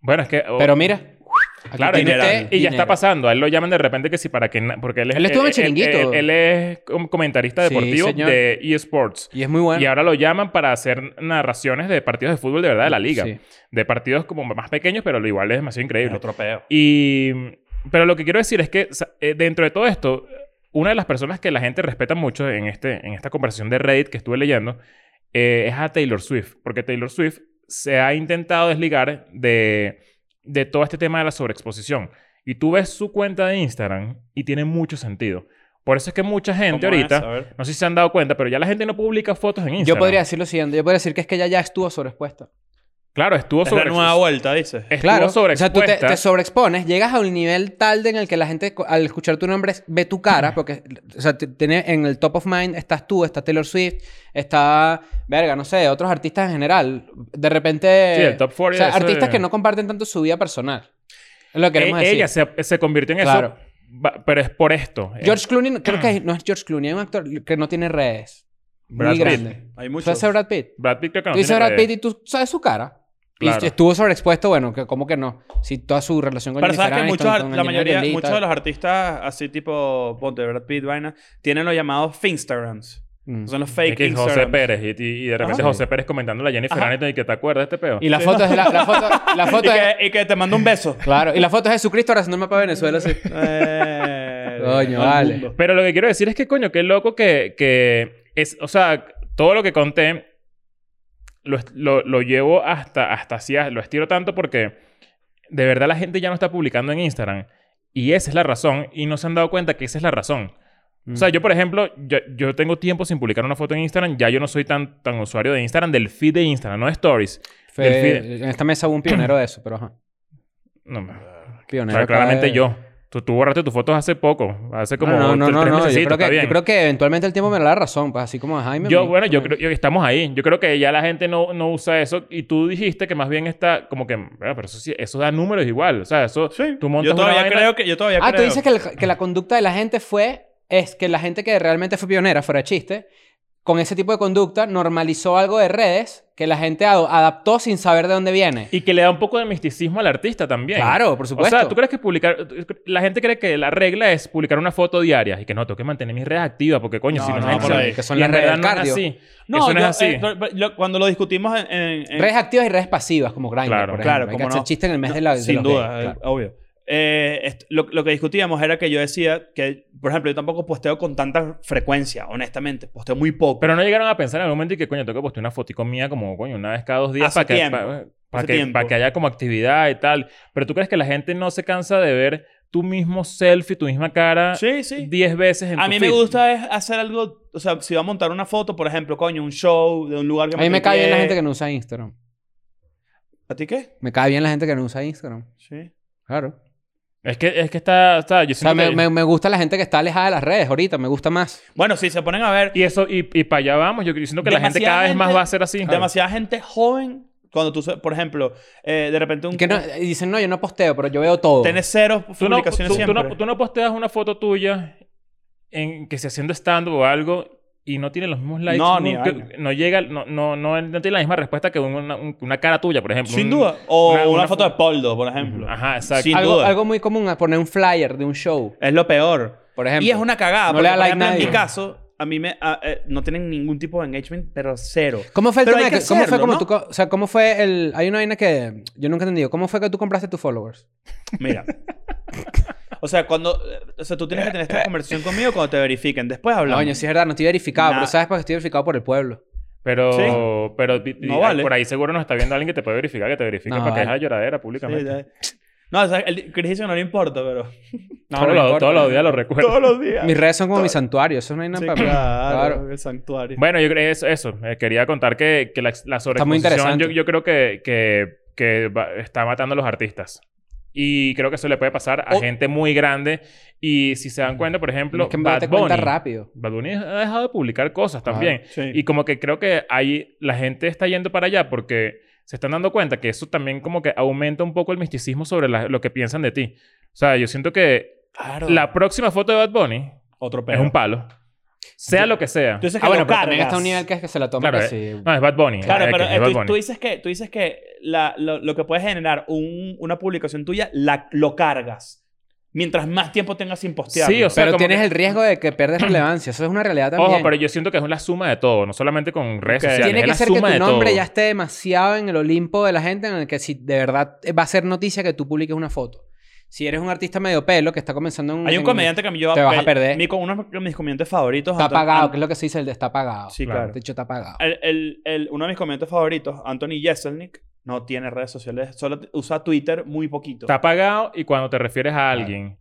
B: Bueno, es que... oh,
D: Pero mira, aquí
B: Claro,
D: tiene
B: y,
C: dinero.
D: usted
B: y ya está
D: dinero.
B: pasando. A él lo llaman de repente que sí para que... na- Porque él es...
D: Él estuvo en
B: él- él-
D: Chiringuito.
B: Él, él es un comentarista
D: Sí,
B: deportivo
D: señor.
B: de eSports.
D: Y es muy bueno.
B: Y ahora lo llaman para hacer narraciones de partidos de fútbol de verdad de la liga. [laughs]
D: Sí.
B: De partidos como más pequeños, pero lo igual es demasiado
C: Es
B: increíble.
C: otro peo.
B: Y... Pero lo que quiero decir es que sa- eh, dentro de todo esto, una de las personas que la gente respeta mucho en, este, en esta conversación de Reddit que estuve leyendo eh, es a Taylor Swift. Porque Taylor Swift se ha intentado desligar de, de todo este tema de la sobreexposición. Y tú ves su cuenta de Instagram y tiene mucho sentido. Por eso es que mucha gente
C: ¿Cómo es?
B: ahorita,
C: A ver.
B: no sé si se han dado cuenta, pero ya la gente no publica fotos en Instagram.
D: Yo podría decir lo siguiente. Yo podría decir que es que ella ya estuvo sobreexpuesta.
B: Claro, estuvo
C: Es la
B: sobre Eh,
C: nueva vuelta, dices.
B: estuvo
D: Claro. O sea, tú
B: sobreexpuesta.
D: te, te sobreexpones. Llegas a un nivel tal de en el que la gente, co- al escuchar tu nombre, ve tu cara. Porque, o sea, te- tiene, en el top of mind estás tú, está Taylor Swift, está, verga, no sé, otros artistas en general. De repente...
B: Sí, el top 40
D: O sea,
B: ese-
D: artistas que no comparten tanto su vida personal. Es lo que queremos
B: E-
D: decir.
B: ella se, se convirtió en
D: Claro.
B: eso. va- Pero es por esto. Eh,
D: George Clooney, creo que no es George Clooney, hay un actor que no tiene redes.
B: Brad
D: muy
B: Pitt.
D: grande.
C: Hay
D: ¿Tú
C: muchos.
D: sabes Brad Pitt?
B: Brad Pitt creo que no
D: tú dices
B: tiene
D: Brad
B: redes.
D: Pitt y tú sabes su cara.
B: Claro.
D: Y estuvo sobreexpuesto, bueno, que como que no. Si toda su relación con
C: Pero
D: Jennifer
C: sabes que muchos,
D: Aniston,
C: ar-
D: con
C: la
D: Angelina
C: mayoría,
D: Jolie y
C: muchos
D: tal.
C: de los artistas así tipo, ponte Brad Pitt, vaina, tienen los llamados Finstagrams.
D: Mm.
C: Son los
B: Y
C: fake
B: que José
C: Instagrams.
B: Pérez. Y, y- y de repente
D: Ajá.
B: José Pérez comentándole a Jennifer
C: Ajá.
B: Aniston y que te acuerdas de este peo.
D: Ah.
B: [laughs]
D: Y la foto es la, la foto, la
C: Y
D: foto es,
C: que, y que te mando un beso.
D: claro, y la foto es Jesucristo ahora haciendo un mapa de Venezuela así.
C: Eh,
D: Coño,
C: todo el
D: vale.
C: mundo.
B: Pero lo que quiero decir es que, coño, qué loco que, que es, o sea, todo lo que conté lo, est- lo- lo llevo hasta, hasta así, lo estiro tanto porque de verdad la gente ya no está publicando en Instagram. Y esa es la razón. Y no se han dado cuenta que esa es la razón. O sea,
D: Mm.
B: yo, por ejemplo, yo, yo tengo tiempo sin publicar una foto en Instagram. Ya yo no soy tan, tan usuario de Instagram, del feed de Instagram, no de stories. del
D: Fue,
B: feed-
D: en esta mesa hubo un pionero de eso, pero ajá.
B: No, me- o
D: Pionero.
B: sea,
D: acá
B: claramente
D: de-
B: yo. Tú, tú borraste tus fotos hace poco. Hace como
D: no, no,
B: tres
D: no, no, no,
B: mesecitos,
D: Yo, creo
B: está
D: que, yo
B: bien.
D: creo que eventualmente el tiempo me da la razón, pues así como a Jaime. a
B: Yo,
D: mí
B: bueno, yo creo
D: también.
B: yo- estamos ahí. Yo creo que ya la gente no, no usa eso. Y tú dijiste que más bien está como que, bueno, pero eso sí, eso da números igual. O sea, eso tú montas
C: Yo
B: una
C: todavía
B: vaina-
C: creo que. Yo todavía
D: Ah,
C: creo.
D: tú dices que, el- que la conducta de la gente fue. Es que la gente que realmente fue pionera, fuera de chiste, con ese tipo de conducta normalizó algo de redes que la gente ad- adaptó sin saber de dónde viene.
B: Y que le da un poco de misticismo al artista también.
D: Claro, por supuesto.
B: O sea, ¿tú crees que publicar... La gente cree que la regla es publicar una foto diaria. Y que no, tengo que mantener mis redes activas porque, coño,
C: No,
B: si no,
C: no,
B: es
C: por
B: así.
C: ahí.
D: Que son
B: Y
D: las
B: en
D: redes
B: verdad no es
D: cardio.
B: así. eso no es
C: yo-
B: así.
C: eh, lo- lo- cuando lo discutimos en. en- en-
D: Redes activas y redes pasivas, como Grindr,
B: ¿eh? Claro,
D: por ejemplo.
C: claro,
D: Hay
C: cómo
D: que hacer
C: no.
D: chiste en el mes de la de
C: sin
D: los
C: duda,
D: gays,
C: eh,
D: claro.
C: obvio. Eh, est- lo, lo que discutíamos era que yo decía que, por ejemplo, yo tampoco posteo con tanta frecuencia, honestamente. Posteo muy poco.
B: Pero no llegaron a pensar en algún momento y que, coño, tengo que postear una fotico mía como, coño, una vez cada dos días
C: Hace
B: para que,
C: tiempo.
B: para, para
C: Hace
B: que,
C: tiempo.
B: para que haya como actividad y tal. Pero tú crees que la gente no se cansa de ver tu mismo selfie, tu misma cara
C: sí, sí.
B: 10 veces en
C: A
B: tu
C: mí me
B: feed?
C: gusta es hacer algo, o sea, si va a montar una foto, por ejemplo, coño, un show de un lugar que
D: A mí me cae bien la gente que
C: no.
D: no usa Instagram.
C: ¿A ti qué?
D: Me cae bien la gente que no usa Instagram.
C: Sí.
D: Claro.
B: Es que, es que está, está- yo
D: O sea,
B: siento
D: me,
B: que-
D: me- me gusta la gente que está alejada de las redes ahorita. Me gusta más.
C: Bueno, sí, se ponen a ver.
B: Y eso, y, y para allá vamos. Yo siento que la gente
C: Demasiada
B: cada vez más
C: gente-
B: va a ser así.
C: Demasiada gente joven, cuando tú, se- por ejemplo, eh, de repente un.
D: Y que no- y dicen, no, yo no posteo, pero yo veo todo.
C: Tienes cero
B: Tú no,
C: publicaciones
B: tú- tú
C: siempre.
B: no- tú no posteas una foto tuya en que se haciendo stand o algo y no tiene los mismos likes.
C: No, ni
B: nunca-
C: vaina.
B: no llega, no, no, no, no tiene la misma respuesta que una, un- una cara tuya, por ejemplo.
C: Sin
B: Un-
C: duda. O
B: una-
C: una,
B: una
C: foto
B: fo-
C: de Poldo, por ejemplo.
B: Ajá, exacto.
C: Sin
D: algo,
C: duda.
D: algo muy común, a poner un flyer de un show,
C: Es lo peor.
D: por ejemplo.
C: Y es una cagada.
D: No
C: porque,
D: le da
C: por
D: like
C: ejemplo,
D: nadie.
C: En mi caso, a mí me, a- eh, no tienen ningún tipo de engagement, pero cero.
D: ¿Cómo fue el
C: Pero
D: tema
C: hay
D: de
C: que
D: que- ¿Cómo fue
C: hacerlo,
D: como
C: ¿no?
D: tú co- O sea, ¿cómo fue el...? Hay una vaina que yo nunca he entendido. ¿Cómo fue que tú compraste tus followers? Ah, [laughs]
C: Mira. O sea, cuando. eh, O sea, tú tienes que tener esta conversación conmigo cuando te verifiquen. Después hablamos.
D: Coño, Ah, sí es verdad. No estoy verificado.
C: Nah.
D: Pero ¿sabes por qué estoy verificado? Por el pueblo.
B: Pero,
C: Sí.
B: pero y- y-
C: No vale.
B: por ahí seguro nos está viendo alguien que te puede verificar, que te verifique
D: No
B: para
D: vale.
B: que dejes la lloradera
C: Sí,
B: públicamente.
C: ya- no, o sea, el Chris dice que no le importa, pero.
D: No,
B: todos,
D: no me
B: los,
D: importa.
B: todos los días lo recuerdo.
C: Todos los días.
D: Mis redes son como mi santuario. Eso no hay nada
C: Sí,
D: para mí.
C: claro,
D: Claro.
C: el santuario.
B: Bueno, yo creo que eso. eso. Eh, quería contar que, que la, la
D: muy
B: sobreexposición
D: interesante.
B: yo, yo creo que, que, que va- está matando a los artistas. Y creo que eso le puede pasar a
C: O-
B: gente muy grande. Y si se dan cuenta, por ejemplo,
D: Oh. Es que me
B: Bad
D: date cuenta
B: Bunny-
D: rápido.
B: Bad Bunny ha dejado de publicar cosas
D: Claro.
B: también.
C: Sí.
B: Y como que creo que ahí la gente está yendo para allá porque se están dando cuenta que eso también como que aumenta un poco el misticismo sobre la- lo que piensan de ti. O sea, yo siento que
C: Claro.
B: la próxima foto de Bad Bunny
C: Otro
B: es
C: peo.
B: un palo. Sea lo que sea.
C: Tú dices que
D: Ah, bueno,
C: lo
D: pero también
C: cargas.
D: está un nivel que es que se la toma
B: Claro,
D: así.
B: eh. No, es Bad Bunny.
C: Claro,
B: Eh,
C: pero
B: que es
C: eh,
B: Bad
C: tú,
B: Bunny.
C: tú dices que, tú dices que la- lo, lo que puede generar un- una publicación tuya la, lo cargas. Mientras más tiempo tengas sin postear.
B: Sí, o sea,
D: pero
B: como
D: tienes
B: que-
D: el riesgo de que pierdes relevancia. Eso es una realidad también.
B: Ojo, pero yo siento que es la suma de todo. No solamente con redes
C: Ok.
B: sociales.
D: Tiene
B: es
D: que
B: la
D: ser que
B: suma
D: tu
B: de
D: nombre
B: todo.
D: ya esté demasiado en el Olimpo de la gente en el que si de verdad va a ser noticia que tú publiques una foto. Si eres un artista medio pelo que está comenzando en
C: Hay un
D: en-
C: comediante que a mí yo...
D: Te vas a
C: que-
D: perder.
C: mi- uno de mis comediantes favoritos...
D: Está
C: Anton-
D: apagado,
C: An-
D: que es lo que se dice, el de está apagado.
C: Sí,
B: Ah. Claro. Eh,
C: claro.
D: De hecho, está apagado.
C: El- el- el- uno de mis comediantes favoritos, Anthony Jeselnik, no tiene redes sociales, solo t- usa Twitter muy poquito.
B: Está apagado y cuando te refieres a alguien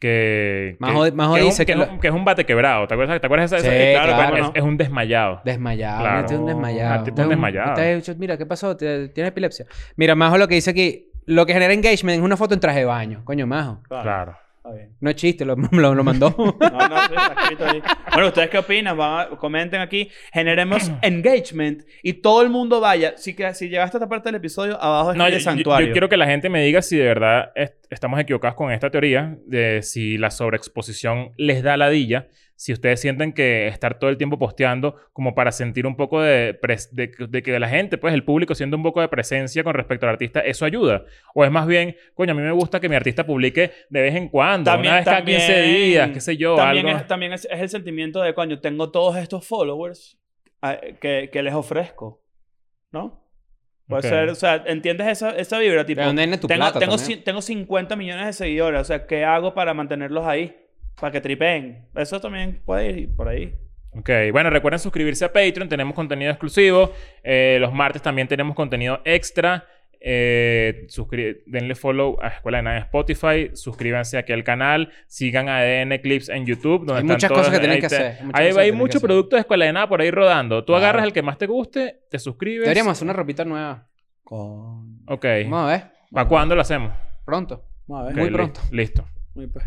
B: que...
D: Más
B: que-
D: jod- más
B: que es un-
D: jodice
B: que,
D: que
B: es
D: lo-
B: un- que es un bate quebrado. ¿Te acuerdas? ¿Te acuerdas de esa?
D: Sí,
B: esa-
D: claro,
B: es-
C: cómo
B: es,
C: no.
B: es un desmayado.
D: Desmayado,
B: Claro.
D: este es un desmayado.
B: Ah, tipo
D: Este es
B: un desmayado.
D: este es- mira, ¿qué pasó? ¿Te- ¿Tienes epilepsia? Mira, Majo lo que dice aquí, lo que genera engagement es una foto en traje de baño. Coño, Majo.
B: Claro.
C: Está bien.
D: No es chiste, lo, [laughs] lo- lo
B: [laughs]
D: mandó.
C: No, no, sí, está escrito ahí. Bueno, ¿ustedes qué opinan? Van a- comenten aquí. [clears throat] Generemos engagement y todo el mundo vaya. Si, que, si llegaste a esta parte del episodio, abajo es
B: No,
C: el
B: yo, yo-
C: santuario.
B: yo quiero que la gente me diga si de verdad est- estamos equivocados con esta teoría, de si la sobreexposición les da ladilla, si ustedes sienten que estar todo el tiempo posteando como para sentir un poco de, pres- de, de que la gente, pues el público siente un poco de presencia con respecto al artista, ¿eso ayuda? O es más bien, coño, a mí me gusta que mi artista publique de vez en cuando,
C: También-
B: una vez cada 15
C: también-
B: días, qué sé yo,
C: también
B: algo.
C: es, también es, es el sentimiento de, coño, tengo todos estos followers ah, que, que les ofrezco. ¿No? Puede
B: Ok.
C: ser, o sea, ¿entiendes esa, esa vibra? Tipo,
D: ¿De dónde viene tu
C: tengo,
D: plata
C: tengo,
D: también?
C: ci- tengo 50 millones de seguidores. O sea, ¿qué hago para mantenerlos ahí? Para que tripeen. Eso también puede ir por ahí.
B: Ok, bueno, recuerden suscribirse a Patreon, tenemos contenido exclusivo. Eh, los martes también tenemos contenido extra. Eh, suscri- denle follow a Escuela de Nada en Spotify, suscríbanse aquí al canal, sigan a ADN Clips en YouTube. Donde
D: Hay
B: están
D: muchas
B: todos-
D: cosas que tienen
B: ahí
D: que
B: te-
D: hacer, muchas
B: Ahí
D: cosas que
B: hay
D: tienen que
B: mucho
D: hacer.
B: producto de Escuela de Nada por ahí rodando. Tú
D: Claro.
B: agarras el que más te guste, te suscribes.
D: Deberíamos hacer una ropita nueva.
B: Ok.
D: Vamos a ver,
B: ¿Para cuándo lo hacemos?
D: pronto.
C: Vamos a ver.
B: Ok,
D: Muy
B: li-
D: pronto.
B: Listo.
C: Muy pues.